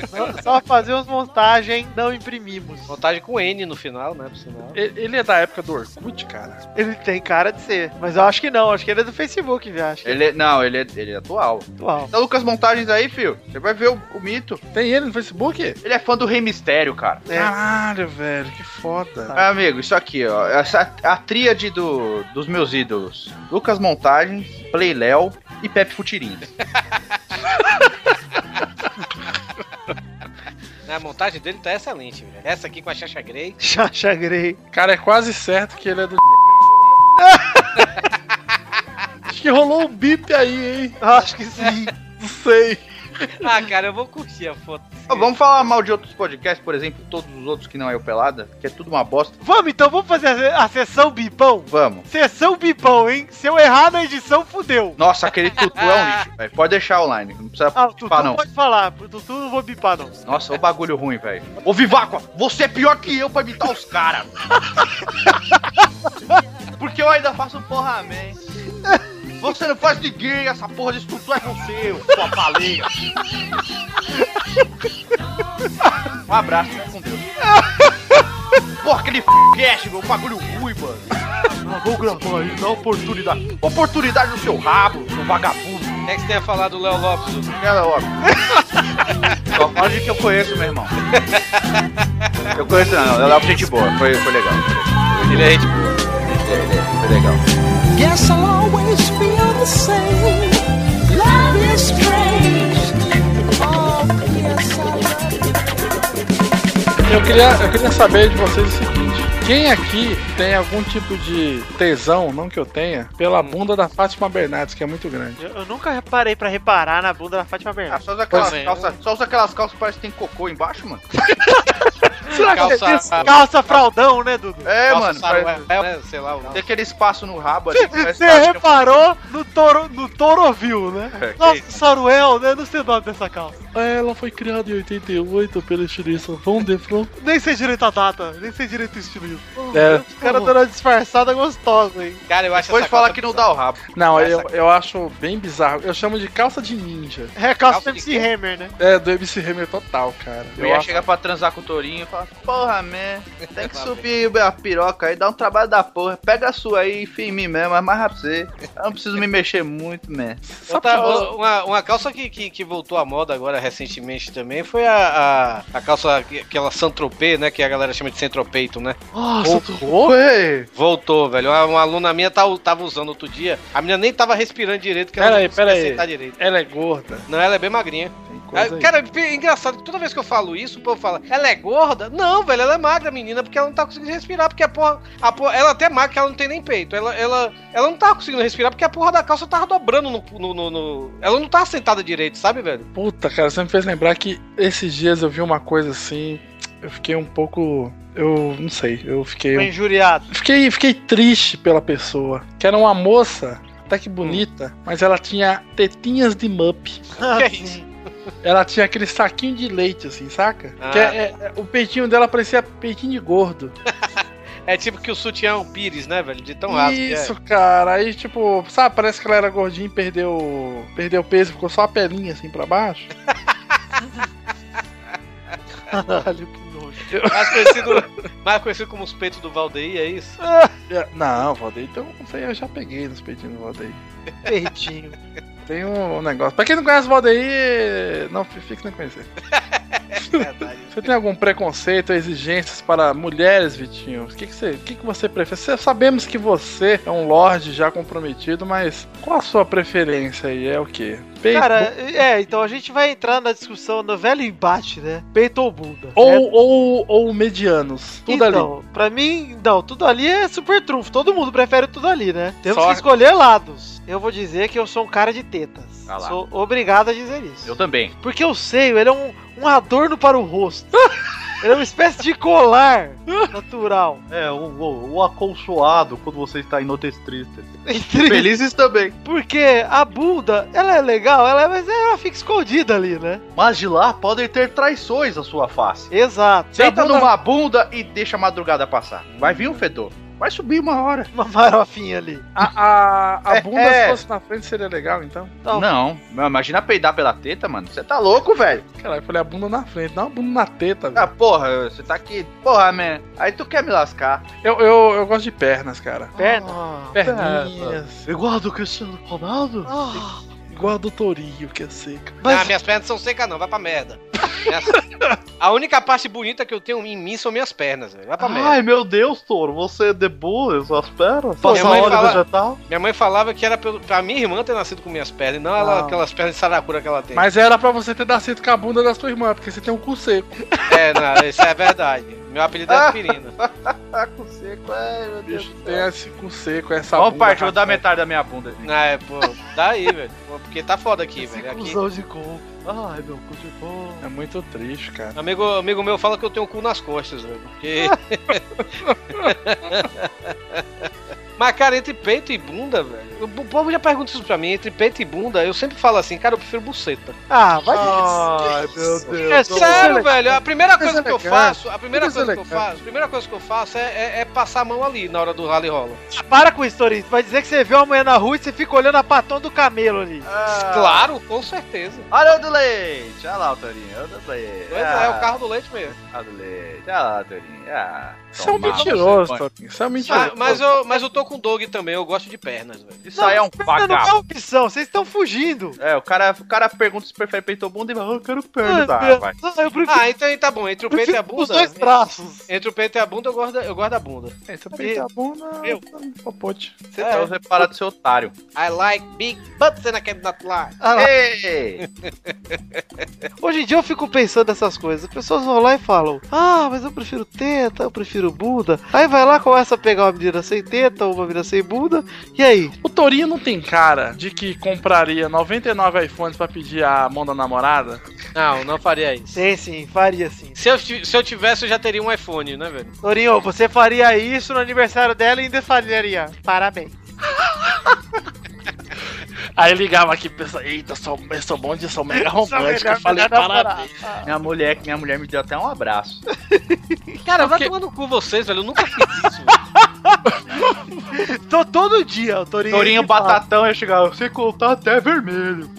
Só- só fazemos montagem, não imprimimos.
Montagem com N no final, né? Por sinal.
Ele ele é da época do Orkut, cara.
Ele tem cara de ser, mas eu acho que não, acho que ele é do Facebook, viu? Acho que
Ele, é- não, ele é, ele é atual.
atual.
Então, Lucas Montagens aí, filho. Você vai ver o, o mito.
Tem ele no Facebook?
Ele é fã do Rei Mistério, cara.
É.
Caralho, velho, que
Tá.
foda.
Ah, Amigo, isso aqui, ó. Essa, a tríade do, dos meus ídolos: Lucas Montagens, Play Léo e Pepe Futirinho.
A montagem dele tá excelente, velho. Essa aqui com a Chacha Grey.
Chacha Grey.
Cara, é quase certo que ele é do. Acho que rolou um bip aí, hein?
Acho que sim.
Não sei.
Ah, cara, eu vou curtir a foto.
Ó, Vamos falar mal de outros podcasts, por exemplo, todos os outros que não é o Pelada, que é tudo uma bosta.
Vamos então, vamos fazer a, a sessão bipão?
Vamos.
Sessão bipão, hein? Se eu errar na edição, fudeu.
Nossa, aquele tutu é um lixo, velho. Pode deixar online, não precisa
Ah, o Tutu
bipar, não.
pode falar, pro Tutu não vou bipar, não.
Nossa, o bagulho ruim, velho. Ô, Viváqua, você é pior que eu pra imitar os caras. Porque eu ainda faço porra, man. Você não faz ninguém, essa porra de tutu é seu, sua baleia. Um abraço, fica com Deus. Porra, aquele f cast, meu, bagulho ruim, mano. Ah, Vou gravar aí, dá oportunidade. Oportunidade no seu rabo, seu vagabundo.
O que é que você tem a falar do Léo Lopes? Dudu?
Cara, ó. Só fala de que eu conheço, meu irmão. Eu conheço, não. Eu dava gente boa. Foi, foi legal. Ele é gente boa. Foi legal.
Guess I'll always feel the same. Love is strange. Oh, yes, I love you.
Eu queria, eu queria saber de vocês o seguinte: quem aqui tem algum tipo de tesão, não que eu tenha, pela bunda da Fátima Bernardes, que é muito grande?
Eu, eu nunca parei pra reparar na bunda da Fátima
Ah,
Bernardes.
só usa aquelas
Pois é.
calças. Só usa aquelas calças que parece que tem cocô embaixo, mano.
Calça,
é Calça fraldão, né, Dudu?
É,
calça
mano. parece-
saruel, né? sei lá. o nome.
Tem aquele espaço no rabo ali. parece
Você
que acha que é um-
reparou no, toro, no Torovil, né? Nossa,
é.
Saruel, né? Não sei o nome dessa calça.
Ela foi criada em 88 pela estilista Von de Front.
Nem sei direito a data, nem sei direito o estilo.
É.
Os caras dando uma disfarçada gostosa, hein?
Cara, eu acho
Depois
essa
fala
calça
que não dá o rabo.
Não, eu, eu acho bem bizarro. Eu chamo de calça de ninja.
É calça do MC Hammer, né?
É, do MC Hammer total, cara.
Eu
Eu
ia
acho
chegar pra transar com o tourinho e falar: assim, Porra, man, tem que subir a piroca aí, dá um trabalho da porra. Pega a sua aí, enfia em mim mesmo, mas mais rápido você. Eu não preciso me mexer muito, man.
Outra- uma, uma calça que, que, que voltou à moda agora recentemente também foi a, a, a calça, que- aquela Santropê, né? Que a galera chama de Centropeito, né?
Nossa,
Voltou, velho. Uma, uma aluna minha tava, tava usando outro dia. A menina nem tava respirando direito, que ela
Pera aí,
não conseguia
pera aí.
sentar direito.
ela é gorda.
Não, ela é bem magrinha.
Tem
Ah,
coisa aí.
Cara, é engraçado que toda vez que eu falo isso, o povo fala, ela é gorda? Não, velho, ela é magra, menina, porque ela não tá conseguindo respirar, porque a porra. A porra ela até é magra, que ela não tem nem peito. Ela, ela, ela não tá conseguindo respirar porque a porra da calça tava dobrando no. no, no- no- Ela não tá sentada direito, sabe, velho?
Puta, cara, você me fez lembrar que esses dias eu vi uma coisa assim. Eu fiquei um pouco. Eu não sei, eu fiquei. um
Foi injuriado.
Fiquei, fiquei triste pela pessoa. Que era uma moça, até que bonita, mas ela tinha tetinhas de mup.
que é isso?
Ela tinha aquele saquinho de leite, assim, saca?
Ah.
Que é- é- é- o peitinho dela parecia peitinho de gordo.
É tipo que o sutiã é um pires, né, velho? De tão raso que é.
Isso, cara. Aí, tipo, sabe, parece que ela era gordinha e perdeu, perdeu peso, ficou só a pelinha assim pra baixo.
Caralho, que nojo.
Mais conhecido, mais conhecido como os peitos do Valdeir, é isso?
É, Não, Valdeir, então não sei, eu já peguei nos peitinhos do Valdeir.
Peitinho.
Tem um, um negócio. Pra quem não conhece o Valdeir, não fique sem conhecer.
Verdade.
Você tem algum preconceito, exigências para mulheres, Vitinho? O que, que, você, o que, que você prefere? Cê- Sabemos que você é um lorde já comprometido, mas qual a sua preferência aí? É o quê? Peito
Cara, é, então a gente vai entrar na discussão do velho embate, né? Peito ou bunda.
ou,
É,
ou, ou medianos? Tudo ali.
então, pra mim, não, tudo ali é super trunfo. Todo mundo prefere tudo ali, né? Temos
Só-
que escolher lados. Eu vou dizer que eu sou um cara de tetas.
Ah lá.
sou obrigado a dizer isso.
Eu também.
Porque o seio, ele é um, um adorno para o rosto. ele é uma espécie de colar natural.
É, o, acolchoado quando você está inotestrista.
Entre-
Felizes também.
Porque a bunda, ela é legal, ela é, mas ela fica escondida ali, né?
Mas de lá podem ter traições à sua face.
Exato.
Deita
A bunda-
numa bunda e deixa a madrugada passar. Vai vir um fedor.
Vai subir uma hora.
é Uma farofinha ali.
A, a, a
É,
bunda
é.
se fosse na frente seria legal, então.
Não. Meu, imagina peidar pela teta, mano. Você tá louco, velho.
Caralho, eu falei a bunda na frente, dá uma bunda na teta, velho.
Ah, porra, você tá aqui. Porra, man. Aí tu quer me lascar.
Eu, eu, eu gosto de pernas, cara.
Perna?
Perninhas.
Igual do Cristiano Ronaldo?
Ah.
Igual a do Torinho, que é seca.
Não, minhas pernas são secas não, vai pra merda. Minhas- A única parte bonita que eu tenho em mim são minhas pernas, velho. Vai
Ah,
pra merda.
Ai, meu Deus, Toro, você é de boa, suas pernas?
Pô,
Passa
minha mãe
óleo
fala-
vegetal?
Minha mãe falava que era pelo- pra minha irmã ter nascido com minhas pernas, e não ela-
Ah.
aquelas pernas de saracura que ela tem.
Mas era pra você ter nascido com a bunda da sua irmã, porque você tem um cu seco.
É, não, isso é verdade. Meu apelido é aspirina.
Saco seco, ai, meu Deus.
Tem esse cu seco, essa
Vamos
bunda.
parte, eu vou dar
rachada.
metade da minha bunda.
Ah, é, pô, daí, velho. Pô, Porque tá foda aqui, velho. Aqui,
Cusão de gol. Ai, meu cu de gol.
É muito triste, cara.
amigo, amigo meu fala que eu tenho o cu nas costas, velho. Porque. Mas, cara, entre peito e bunda, velho. O povo já pergunta isso pra mim, entre peito e bunda, eu sempre falo assim, cara, eu prefiro buceta.
Ah, vai
Ai, meu Deus.
É sério, velho. A primeira
Mas
coisa
é
que eu
legal.
faço, a primeira
Mas é
coisa que eu
legal.
faço, a primeira coisa que eu faço é, é- é passar a mão ali na hora do rally rola.
Para com isso, Torinho. Vai dizer que você vê uma mulher na rua e você fica olhando a patão do camelo ali.
Ah.
Claro, com certeza.
Olha o do leite. Olha lá o Torinho. Olha o do leite. Ah,
Pois é, é
Ah.
o carro do leite mesmo.
Olha o do leite. Olha lá o Torinho. Ah,
Isso é um
tomar,
mentiroso,
você põe-
Torinho. Isso é um
Mas,
mentiroso.
mas eu, mas eu tô com o Doug também, eu gosto de pernas, velho.
Isso aí é um
Não é
vagabundo.
opção, vocês estão fugindo.
É, o cara, o cara pergunta se prefere peito ou bunda e fala, "Ah, eu quero
Ai,
perna. Tá,
meu
vai.
Deus, eu prefiro,
Ah, então tá bom. Entre o peito e a
prefiro os
bunda. né?
dois braços.
Entre o peito e a bunda, eu guardo, eu guardo a bunda.
É, se eu peitar a bunda, tá
Eu.
popote.
Você
É. tá
Então você para de ser otário.
I like big butts and I cannot lie.
Ah, lá.
Ei!
Hoje em dia eu fico pensando nessas coisas. As pessoas vão lá e falam: Ah, mas eu prefiro teta, eu prefiro bunda. Aí vai lá, começa a pegar uma menina sem teta, uma menina sem bunda. E aí?
O Torinho não tem cara de que compraria 99 iPhones pra pedir a mão da namorada?
Não, não faria isso.
Sim, sim, faria sim.
Se eu, ti- se eu tivesse, eu já teria um iPhone, né, velho?
Torinho, você faria isso no aniversário dela e ainda faria. Parabéns.
Aí ligava aqui e pensava, eita, sou, eu sou bom de sou mega romântico. Eu falei, um parabéns.
Minha mulher, minha mulher me deu até um abraço.
Cara, vai
porque-
tomar no cu vocês, velho. Eu nunca fiz isso.
Tô todo dia, o Torinho.
Tourinho
ele fala.
batatão ia chegar, você contar até vermelho.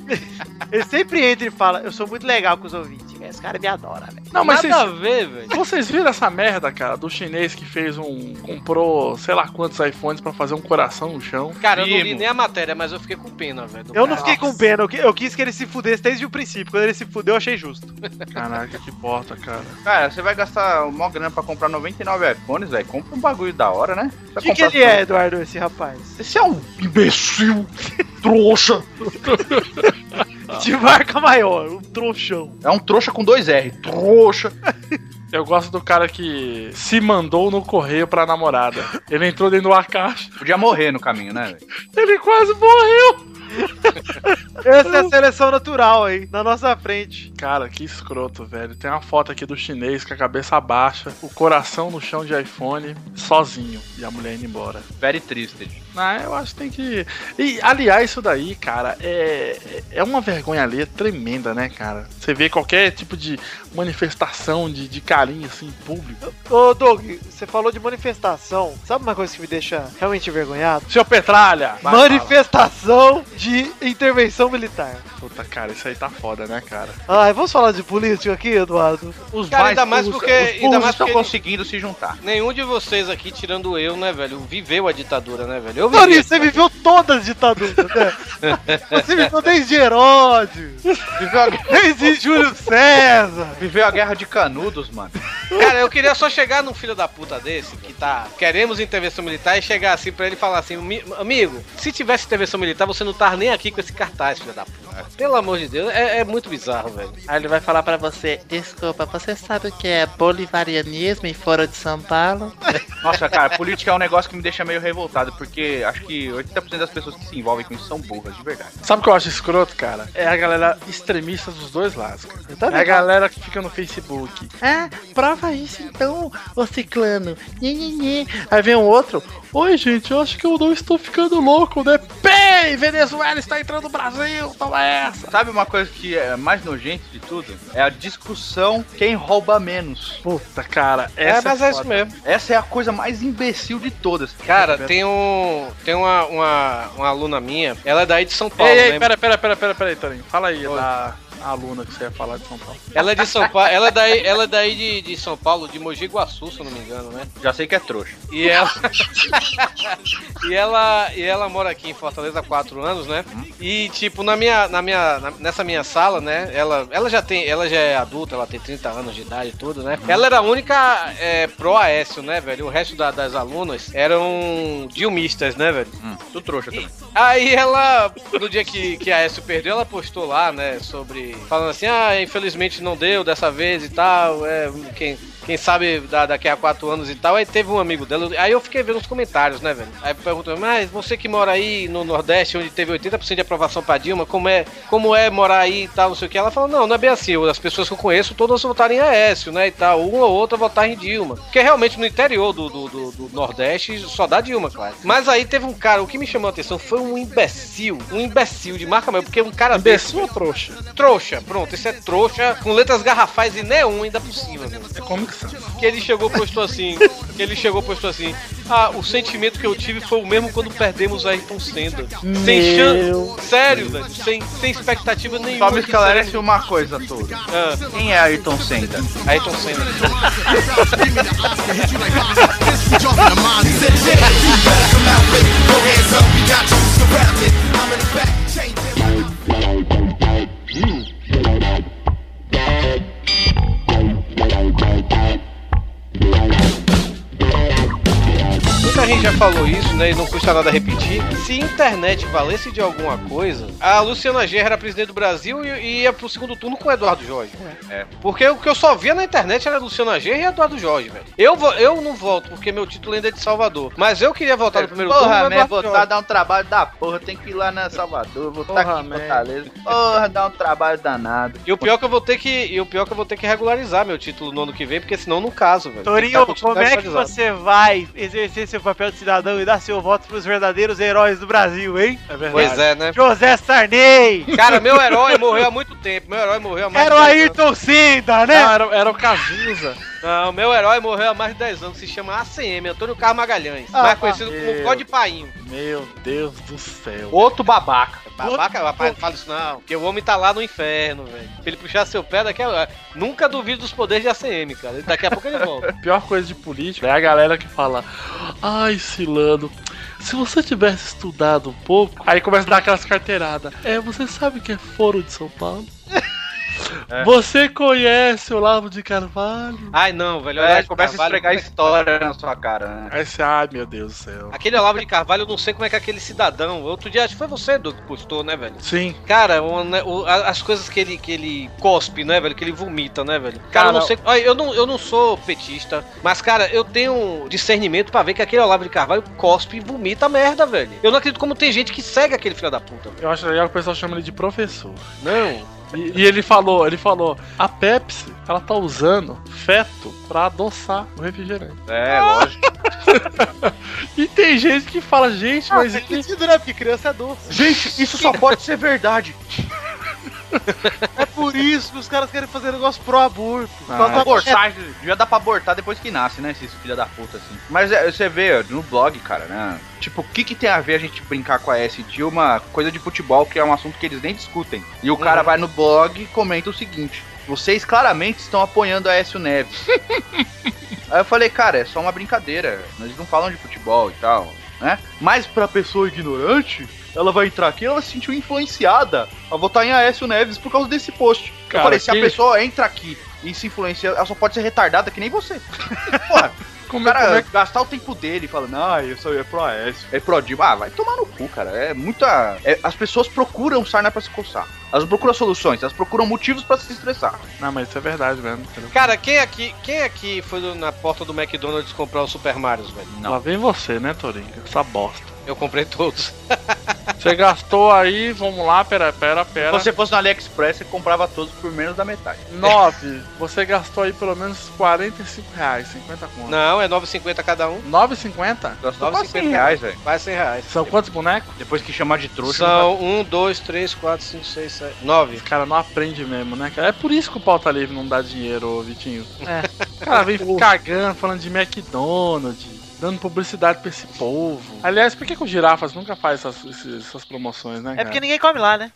Ele sempre entra e fala: Eu sou muito legal com os ouvintes. Esse cara me adora, velho.
Não, mas
Nada
vocês,
a ver, velho.
vocês viram essa merda, cara, do chinês que fez um. comprou sei lá quantos iPhones pra fazer um coração no chão?
Cara, eu não li
Primo.
nem a matéria, mas eu fiquei com pena, velho. Ah,
Eu não fiquei com pena, eu qui- eu quis que ele se fudesse desde o princípio. Quando ele se fudeu, eu achei justo.
Caraca, que bosta, cara.
Cara, você vai gastar uma grana pra comprar 99 iPhones, velho. Compra um bagulho da hora, né?
O que, que ele é, Eduardo, esse rapaz?
Esse é um.
Imbecil! Trouxa!
De marca maior, um trouxão.
É um trouxa com dois R. Trouxa.
Eu gosto do cara que se mandou no correio pra namorada. Ele entrou dentro de uma caixa,
Podia morrer no caminho, né, velho?
ele quase morreu!
Essa é a seleção natural aí, na nossa frente.
Cara, que escroto, velho. Tem uma foto aqui do chinês com a cabeça baixa, o coração no chão de iPhone, sozinho, e a mulher indo embora.
Very tristed.
Ah, eu acho que tem que. E, aliás, isso daí, cara, é, é uma vergonha ali tremenda, né, cara? Você vê qualquer tipo de manifestação de, de carinho, assim, público.
Ô, Doug, você falou de manifestação. Sabe uma coisa que me deixa realmente envergonhado?
Seu Petralha! Vai,
manifestação de intervenção militar.
fala. Puta, cara, isso aí tá foda, né, cara?
Ai, vamos falar de política aqui, Eduardo?
Os
Cara, ainda
mais
mais
burros-
porque-
os
ainda
burros
mais
estão
porque-
conseguindo se juntar.
Nenhum de vocês aqui, tirando eu, né, velho, viveu a ditadura, né, velho? Eu vivi.
Torinho, você viveu todas as ditaduras, né? Você viveu desde Herodes,
Viveu a,
desde Júlio César.
viveu a guerra de canudos, mano.
Cara, eu queria só chegar num filho da puta desse que tá. Queremos intervenção militar e chegar assim pra ele e falar assim: "Mi- amigo, se tivesse intervenção militar, você não tá nem aqui com esse cartaz, filho da puta. Pelo amor de Deus, é, é muito bizarro, velho.
Aí Ah, ele vai falar pra você, desculpa, você sabe o que é bolivarianismo e fora de São Paulo?
Nossa, cara, política é um negócio que me deixa meio revoltado, porque acho que 80% das pessoas que se envolvem com isso são burras, de verdade.
Sabe o que eu acho escroto, cara? É a galera extremista dos dois lados, cara.
Tá
É a galera que fica no Facebook.
É?
Ah, prova isso então, ô ciclano. Nhe, nhe, nhe. Aí vem um outro,
Oi, gente, eu acho que eu não estou ficando louco, né? Pera! Ei, Venezuela está entrando no Brasil, toma
é
essa.
Sabe uma coisa que é mais nojento de tudo? É a discussão quem rouba menos.
Puta, cara,
essa é mas é isso foda. mesmo.
Essa é a coisa mais imbecil de todas.
Cara, tem um. Tem uma, uma, uma aluna minha, ela é daí de São Paulo.
Ei, ei,
né?
pera, pera, pera, pera, pera aí, Torinho. Fala aí da a aluna que você ia falar de São Paulo.
Ela é de São Paulo. Ela é daí, ela é daí de, de São Paulo, de Mogi Guaçu, se eu não me engano, né?
Já sei que é trouxa.
E ela. e ela e ela mora aqui em Fortaleza há quatro anos, né? E tipo na minha na minha na- nessa minha sala, né? Ela ela já tem ela já é adulta, ela tem 30 anos de idade e tudo, né? Ela era a única é, pro Aécio, né, velho? O resto da- das alunas eram dilmistas, né, velho?
Tu trouxa também.
Aí ela, no dia que, que a Aécio perdeu, ela postou lá, né, sobre. Falando assim, ah, infelizmente não deu dessa vez e tal, é, quem. Quem sabe da- daqui a quatro anos e tal, aí teve um amigo dela. Aí eu fiquei vendo os comentários, né, velho? Aí perguntou, mas você que mora aí no Nordeste, onde teve 80% de aprovação pra Dilma, como é, como é morar aí e tal, não sei o que. Ela falou, não, não é bem assim. As pessoas que eu conheço, todas votaram em Aécio, né, e tal. Uma ou outra votaram em Dilma. Porque realmente no interior do, do, do- do Nordeste só dá Dilma, claro. Mas aí teve um cara, o que me chamou a atenção foi um imbecil, um imbecil de marca mesmo, porque um cara
Imbecil ou trouxa?
Trouxa, pronto, isso é trouxa, com letras garrafais e neon ainda por cima. Né? É
Comic Sans.
Que ele chegou e postou assim, que ele chegou e postou assim, ah, o sentimento que eu tive foi o mesmo quando perdemos a Ayrton Senna. Sem
Meu
chance, sério, velho, sem, sem expectativa nenhuma.
Só me esclarece uma coisa toda. Quem é Ayrton Senna?
Ayrton Senna. Muita gente já falou isso, né? E não custa nada repetir. Se internet valesse de alguma coisa, a Luciana Gerra era presidente do Brasil e, e ia pro segundo turno com o Eduardo Jorge.
É.
Porque o que eu só via na internet era Luciana Gerra e Eduardo Jorge, velho. Eu, vou, eu não volto, porque meu título ainda é de Salvador. Mas eu queria voltar no primeiro turno.
É, Porra,
com o
man,
Eduardo
botar
Jorge.
dá um trabalho da porra. Tem que ir lá na Salvador, voltar
Porra,
aqui em
man.
Fortaleza. Porra, dá um trabalho danado.
E o pior é que eu vou ter que. E o pior é que eu vou ter que regularizar meu título no ano que vem, porque senão eu não caso, velho.
Torinho,
Tem que dar
como
continuidade
é que
atualizada.
você vai exercer seu papel de cidadão e dar seu voto pros verdadeiros heróis do Brasil, hein? É
verdade. Pois é, né?
José Sarney!
Cara, meu herói morreu há muito tempo. Meu herói morreu há mais
Era o
de 10
Ayrton Senna, né?
Não, era-
É, o Cazuza.
Não, meu herói morreu há mais de 10 anos, se chama ACM, Antônio Carlos Magalhães,
Ah,
mais conhecido
meu.
como Code Painho.
Meu Deus do céu.
Outro babaca.
Babaca, rapaz, não fala isso não, porque o homem tá lá no inferno, velho. Se ele puxar seu pé daqui a... Nunca duvido dos poderes de ACM, cara, daqui a pouco ele volta.
A pior coisa de política é a galera que fala: Ai, Silano, se você tivesse estudado um pouco. Aí começa a dar aquelas carteiradas. É, você sabe o que é Foro de São Paulo?
É.
Você conhece o Lavo de Carvalho?
Ai não, velho,
É,
Olavo de
começa a
Carvalho-
esfregar história na sua cara, né?
Aí você, ai meu Deus do céu.
Aquele Olavo de Carvalho, eu não sei como é que aquele cidadão. Outro dia, acho que foi você, Edu, que postou, né, velho?
Sim.
Cara, o- né, o- a- as coisas que ele, que ele cospe, né, velho? Que ele vomita, né, velho? Cara, eu não
Cara,
sei. Olha, eu não, eu não sou petista, mas, cara, eu tenho discernimento pra ver que aquele Olavo de Carvalho cospe e vomita merda, velho. Eu não acredito como tem gente que segue aquele filho da puta, velho.
Eu acho legal que o pessoal chama ele de professor.
Não.
E, e ele falou, ele falou, a Pepsi, ela tá usando feto pra adoçar o refrigerante.
É, lógico.
E tem gente que fala, gente, mas
Ah,
isso-
né? Porque criança é doce.
Gente, isso só pode ser verdade.
É por isso que os caras querem fazer negócio pro aborto. Só tá-
abortar, já dá pra abortar depois que nasce, né? Esses filha da puta, assim. Mas é, você vê ó, no blog, cara, né? Tipo, o que, que tem a ver a gente brincar com a S de uma coisa de futebol que é um assunto que eles nem discutem? E o cara vai no blog e comenta o seguinte: vocês claramente estão apoiando a S Neves. Aí eu falei, cara, é só uma brincadeira. Eles não falam de futebol e tal, né? Mas pra pessoa ignorante, ela vai entrar aqui e ela se sentiu influenciada a votar em Aécio Neves por causa desse post.
Cara,
eu falei, se a
que-
pessoa entra aqui e se influencia, ela só pode ser retardada que nem você. Porra.
Como,
o cara
como é
gastar o tempo dele falando, ah, isso aí é pro Aécio, é pro Dilma. Ah, vai tomar no cu, cara. É muita. é- as pessoas procuram sarna pra se coçar. Elas não procuram soluções, elas procuram motivos pra se estressar.
Não, mas isso é verdade mesmo.
Cara, quem aqui, quem aqui foi no- na porta do McDonald's comprar o Super Mario, velho?
Lá vem você, né, Torinho? Essa bosta.
Eu comprei todos.
Você gastou aí, vamos lá, pera, pera, pera.
Se você fosse no AliExpress, você comprava todos por menos da metade.
9. Você gastou aí pelo menos 45 reais, 50 conto.
Não, é 9,50 cada um.
9,50?
Gastou quase 100 reais, velho.
Quase 100 reais.
São quantos bonecos?
assim, Depois que chamar de trouxa. né?
São 1, 2, 3, 4, 5, 6, 7, 9.
Cara, não aprende mesmo, né, cara? É por isso que o pauta livre não dá dinheiro, ô, Vitinho. É. cara vem cagando, falando de McDonald's. Dando publicidade pra esse povo. Aliás, por que, que o Girafas nunca faz essas, esses- essas promoções, né?
É
cara?
porque ninguém come lá, né?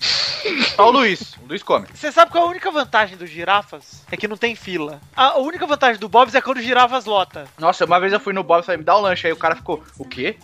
Só o Luiz. O Luiz come.
Você sabe qual é a única vantagem dos girafas? É que não tem fila. A única vantagem do Bob's é quando o girafas lota.
Nossa, uma vez eu fui no Bob e falei, me dá um lanche. Aí o cara ficou, o quê?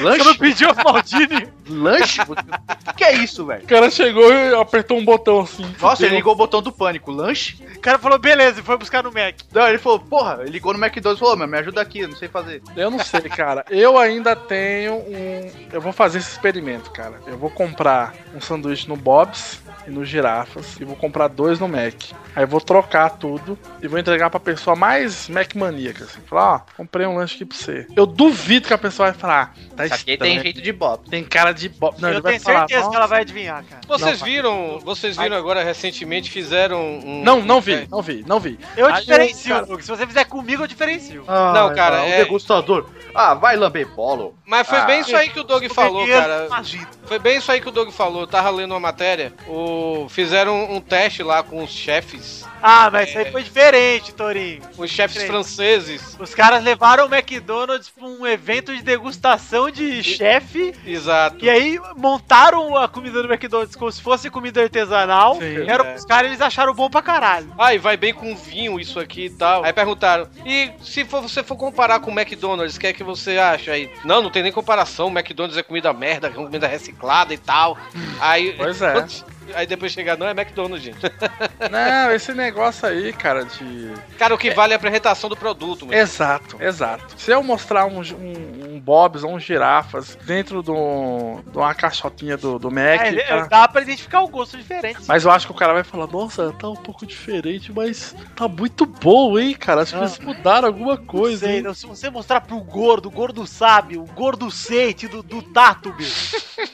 lanche?
Você não pediu a Maldini?
Lanche? O que é isso, velho?
O cara chegou e apertou um botão assim.
Nossa, ele
Deu-
ligou o botão do pânico. Lanche?
O cara falou, beleza, e foi buscar no Mac.
Não, ele falou, porra, ele ligou no McDonald's e falou, meu, me ajuda aqui, eu não sei fazer.
Eu não sei, cara. Eu ainda tenho um. Eu vou fazer esse experimento, cara. Eu vou comprar um sanduíche no Bob's e no Girafas. E vou comprar dois no Mac. Aí eu vou trocar tudo e vou entregar pra pessoa mais Mac maníaca. Assim. Falar, ó, comprei um lanche aqui pra você. Eu duvido que a pessoa vai falar, ah, tá
Isso aqui tem
estranho.
jeito de Bob.
Tem cara de Bob. Não, ele
Eu
vai
tenho
falar.
certeza que
"Nossa,
ela vai adivinhar, cara.
Não, tá
Vocês
pai.
viram, vocês viram agora recentemente fizeram um
Não, não vi, não vi, não vi.
Eu
Aí
diferencio,
cara,
Doug. Se você fizer comigo, eu diferencio.
Ah,
Não, cara,
o
um
é-
degustador. Ah, vai lamber bolo.
Mas foi
Ah.
bem isso aí que o Doug falou,
Comer
cara.
magia.
Foi bem isso aí que o Doug falou. Eu tava lendo uma matéria. O... Fizeram um teste lá com os chefes.
Ah, mas isso aí foi diferente, Torinho.
Os chefes
Sim.
franceses.
Os caras levaram o McDonald's pra um evento de degustação de chefe.
Exato.
E aí montaram a comida do McDonald's como se fosse comida artesanal.
Sim.
Era
É.
os caras eles acharam bom pra caralho.
Ah, e vai bem com vinho isso aqui e tal. Aí perguntaram, e se for- você for comparar com o McDonald's, o que é que você acha aí? Não, não tem nem comparação, o McDonald's é comida merda, é comida reciclada e tal. Aí...
Pois é.
Aí depois chegar, não, é McDonald's, gente.
Não, esse negócio aí, cara, de.
Cara, o que vale é a apresentação do produto, mano.
Exato, exato. Se eu mostrar um, um, um Bob's ou um girafas dentro do, de uma caixotinha do, do Mac,
É, ele-
cara-
dá pra identificar o gosto diferente.
mas eu acho que o cara vai falar, nossa, tá um pouco diferente, mas tá muito bom, hein, cara? Acho que eles mudaram alguma
Não
coisa,
sei,
hein?
não, se você mostrar pro gordo, o gordo sabe, o gordo sente do, do tato, meu.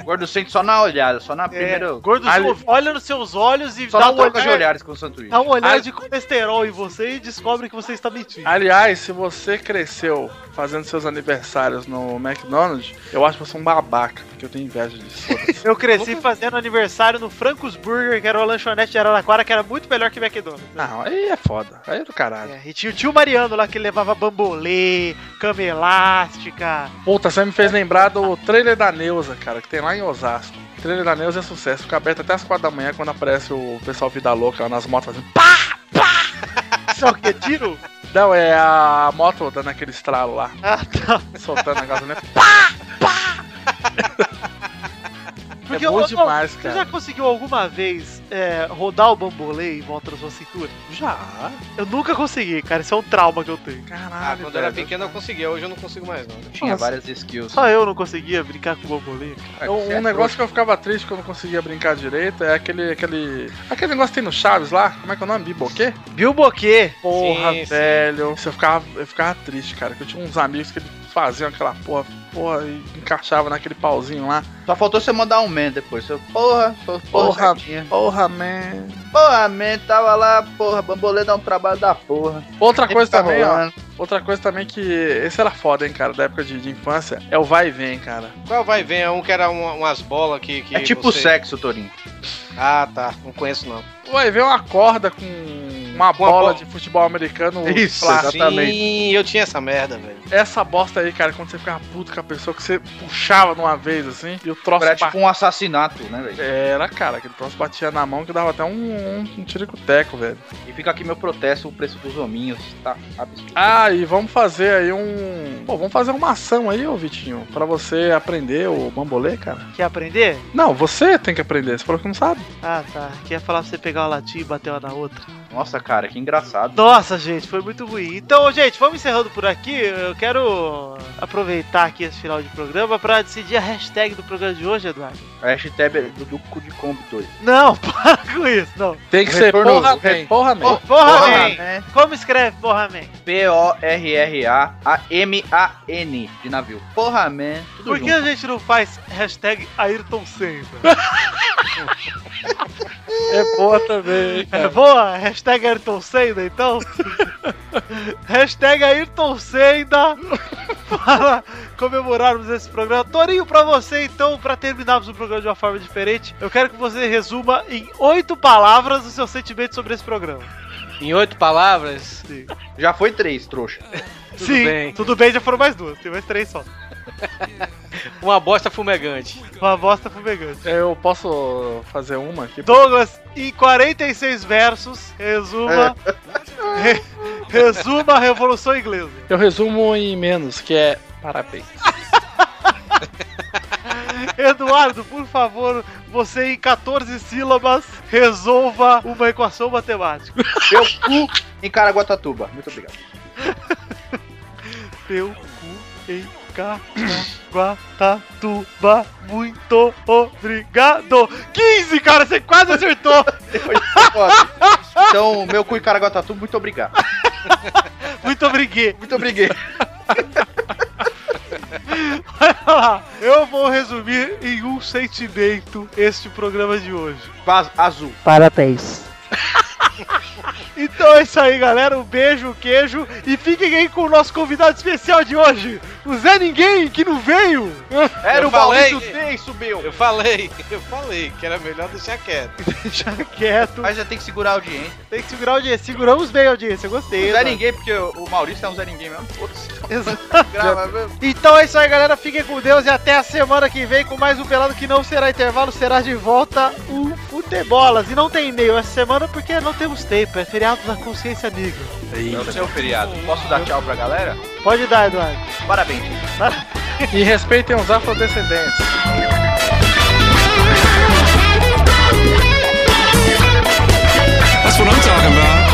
O gordo sente só na olhada, só
É,
na primeira.
É, O gordo
Ali-
ouve- olha nos seus olhos e
Só
dá
na
um
troca
né?
de
olhar,
olhares com o sanduíche.
dá um olhar
Ali-
de colesterol em você e descobre que você está mentindo.
Aliás, se você cresceu fazendo seus aniversários no McDonald's, eu acho que você é um babaca, porque eu tenho inveja disso. foda-se.
Eu cresci fazendo aniversário no Francos Burger, que era uma lanchonete de Araraquara, que era muito melhor que McDonald's. né?
não, aí é foda, aí é do caralho.
É, e tinha o tio Mariano lá que levava bambolê, cama elástica.
Puta, você me fez lembrar do trailer da Neuza, cara, que tem lá em Osasco. O trailer da Neuza é sucesso, fica aberto até as 4 da manhã quando aparece o pessoal vida louca lá nas motos fazendo. pá!
Só que é tiro?
Não, é a moto dando aquele estralo lá,
Ah, tá.
soltando a gasolina. É
Porque
é bom
eu- eu-
demais,
Você
cara.
já conseguiu alguma vez é, rodar o bambolê em volta da sua cintura?
Já?
Eu nunca consegui, cara. Isso é um trauma que eu tenho.
Ah,
Caralho,
quando eu era
velho.
pequeno eu conseguia, hoje eu não consigo mais,
um
não.
Tinha várias skills.
Só eu não conseguia brincar com o bambolê.
Cara,
Eu-
você
um
é
negócio que eu ficava triste que eu não conseguia brincar direito é aquele. aquele. aquele negócio que tem no Chaves lá, como é que é o nome? Biboquê?
Bilboquê.
Porra,
Sim, sim.
velho. Eu ficava, eu ficava triste, cara. Que eu tinha uns amigos que eles faziam aquela porra, porra, e encaixava naquele pauzinho lá.
Só faltou você mandar um man depois. Você, porra, sou
Porra.
porra. certinha.
Porra, man.
Porra, man, tava lá, porra, bambolê dá um trabalho da porra.
Outra
Sempre
coisa
tá
também, ó.
rolando.
Outra coisa também que. Esse era foda, hein, cara, da época de, de infância. É o vai e vem, cara.
Qual vai ver? É um que era uma- umas bolas que, que.
É tipo
você-
sexo, Torinho.
Ah, tá. Não conheço, não.
O vai e vem é uma corda com uma
Com uma
bola
bola.
de futebol americano.
Isso,
plástica.
Exatamente.
Sim, eu tinha essa merda, velho.
Essa bosta aí, cara, quando você ficava puto com a pessoa que você puxava de uma vez, assim, e o troço
Era
batia.
tipo um assassinato, né, velho?
Era, cara, aquele troço batia na mão que dava até um, um, um tirico-teco, velho.
E fica aqui meu protesto, o preço dos hominhos tá absurdo.
Ah, e vamos fazer aí um. Pô, vamos fazer uma ação aí, ô Vitinho, pra você aprender o bambolê, cara.
Quer aprender?
Não, você tem que aprender, você falou que não sabe.
Ah, tá. Quer falar pra você pegar uma latinha e bater uma na outra.
Nossa, cara, que engraçado.
Nossa, gente, foi muito ruim. Então, gente, vamos encerrando por aqui. Eu quero aproveitar aqui esse final de programa pra decidir a hashtag do programa de hoje, Eduardo.
A hashtag é do Duco de Combo 2.
Não, para com isso, não.
Tem que ser porra man.
Porra man. Porra,
Porra
man. Como escreve porra man?
P-O-R-R-A-A-M-A-N de navio. Porra, man. Tudo
Por que a
junto.
gente não faz hashtag Ayrton Senna?
É boa também.
É boa? Hashtag Ayrton Senna, então? hashtag Ayrton Senna para comemorarmos esse programa. Torinho, pra você, então, pra terminarmos o programa de uma forma diferente, eu quero que você resuma em oito palavras o seu sentimento sobre esse programa.
Em oito palavras?
Já foi três, trouxa.
Tudo
Sim,
bem.
tudo bem, já foram mais duas, tem mais três só.
Uma bosta fumegante.
Uma bosta fumegante.
É, Eu posso fazer uma aqui?
Douglas, em 46 versos, resuma. resuma a Revolução Inglesa.
Eu resumo em menos, que é parabéns.
Eduardo, por favor, você em 14 sílabas resolva uma equação matemática.
Meu cu em Caraguatatuba. Muito obrigado.
Teu cu em Caraguatatuba. Muito obrigado. 15, cara, você quase acertou.
Então, meu cu em Caraguatatuba, muito obrigado.
Muito obrigado.
Muito obrigado.
Vai lá. Eu vou resumir em um sentimento este programa de hoje.
Azul.
Parabéns.
Então é isso aí, galera. Um beijo, um queijo. E fiquem aí com o nosso convidado especial de hoje, o Zé Ninguém, que não veio.
eu falei,
subiu.
Eu falei, eu falei que era melhor deixar quieto.
deixar quieto.
Mas já tem que segurar a audiência.
Tem que segurar a audiência. Seguramos bem a audiência, eu gostei.
Não zé
né?
ninguém, porque o Maurício é um zé ninguém mesmo. Putz.
Exato.
Grava mesmo.
Então é isso aí, galera. Fiquem com Deus e até a semana que vem com mais um Pelado que não será intervalo, será de volta o Futebolas. E não tem e-mail essa semana porque não temos tempo. É feriado da consciência negra.
É o seu feriado. Posso dar tchau pra galera?
Pode dar, Eduardo.
Parabéns.
E respeitem os afrodescendentes.
That's what I'm talking about.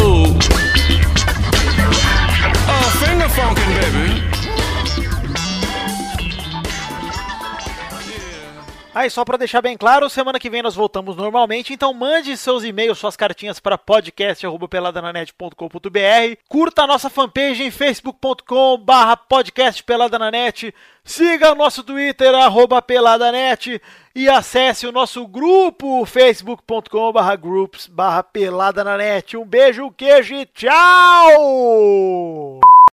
Oh, oh finger funkin', baby.
Aí, só pra deixar bem claro, semana que vem nós voltamos normalmente, então mande seus e-mails, suas cartinhas para podcast@peladananet.com.br. Curta a nossa fanpage em facebook.com/podcastpeladananet. Siga o nosso Twitter arroba @peladanet e acesse o nosso grupo facebook.com/groups/peladananet. Um beijo, um queijo e tchau!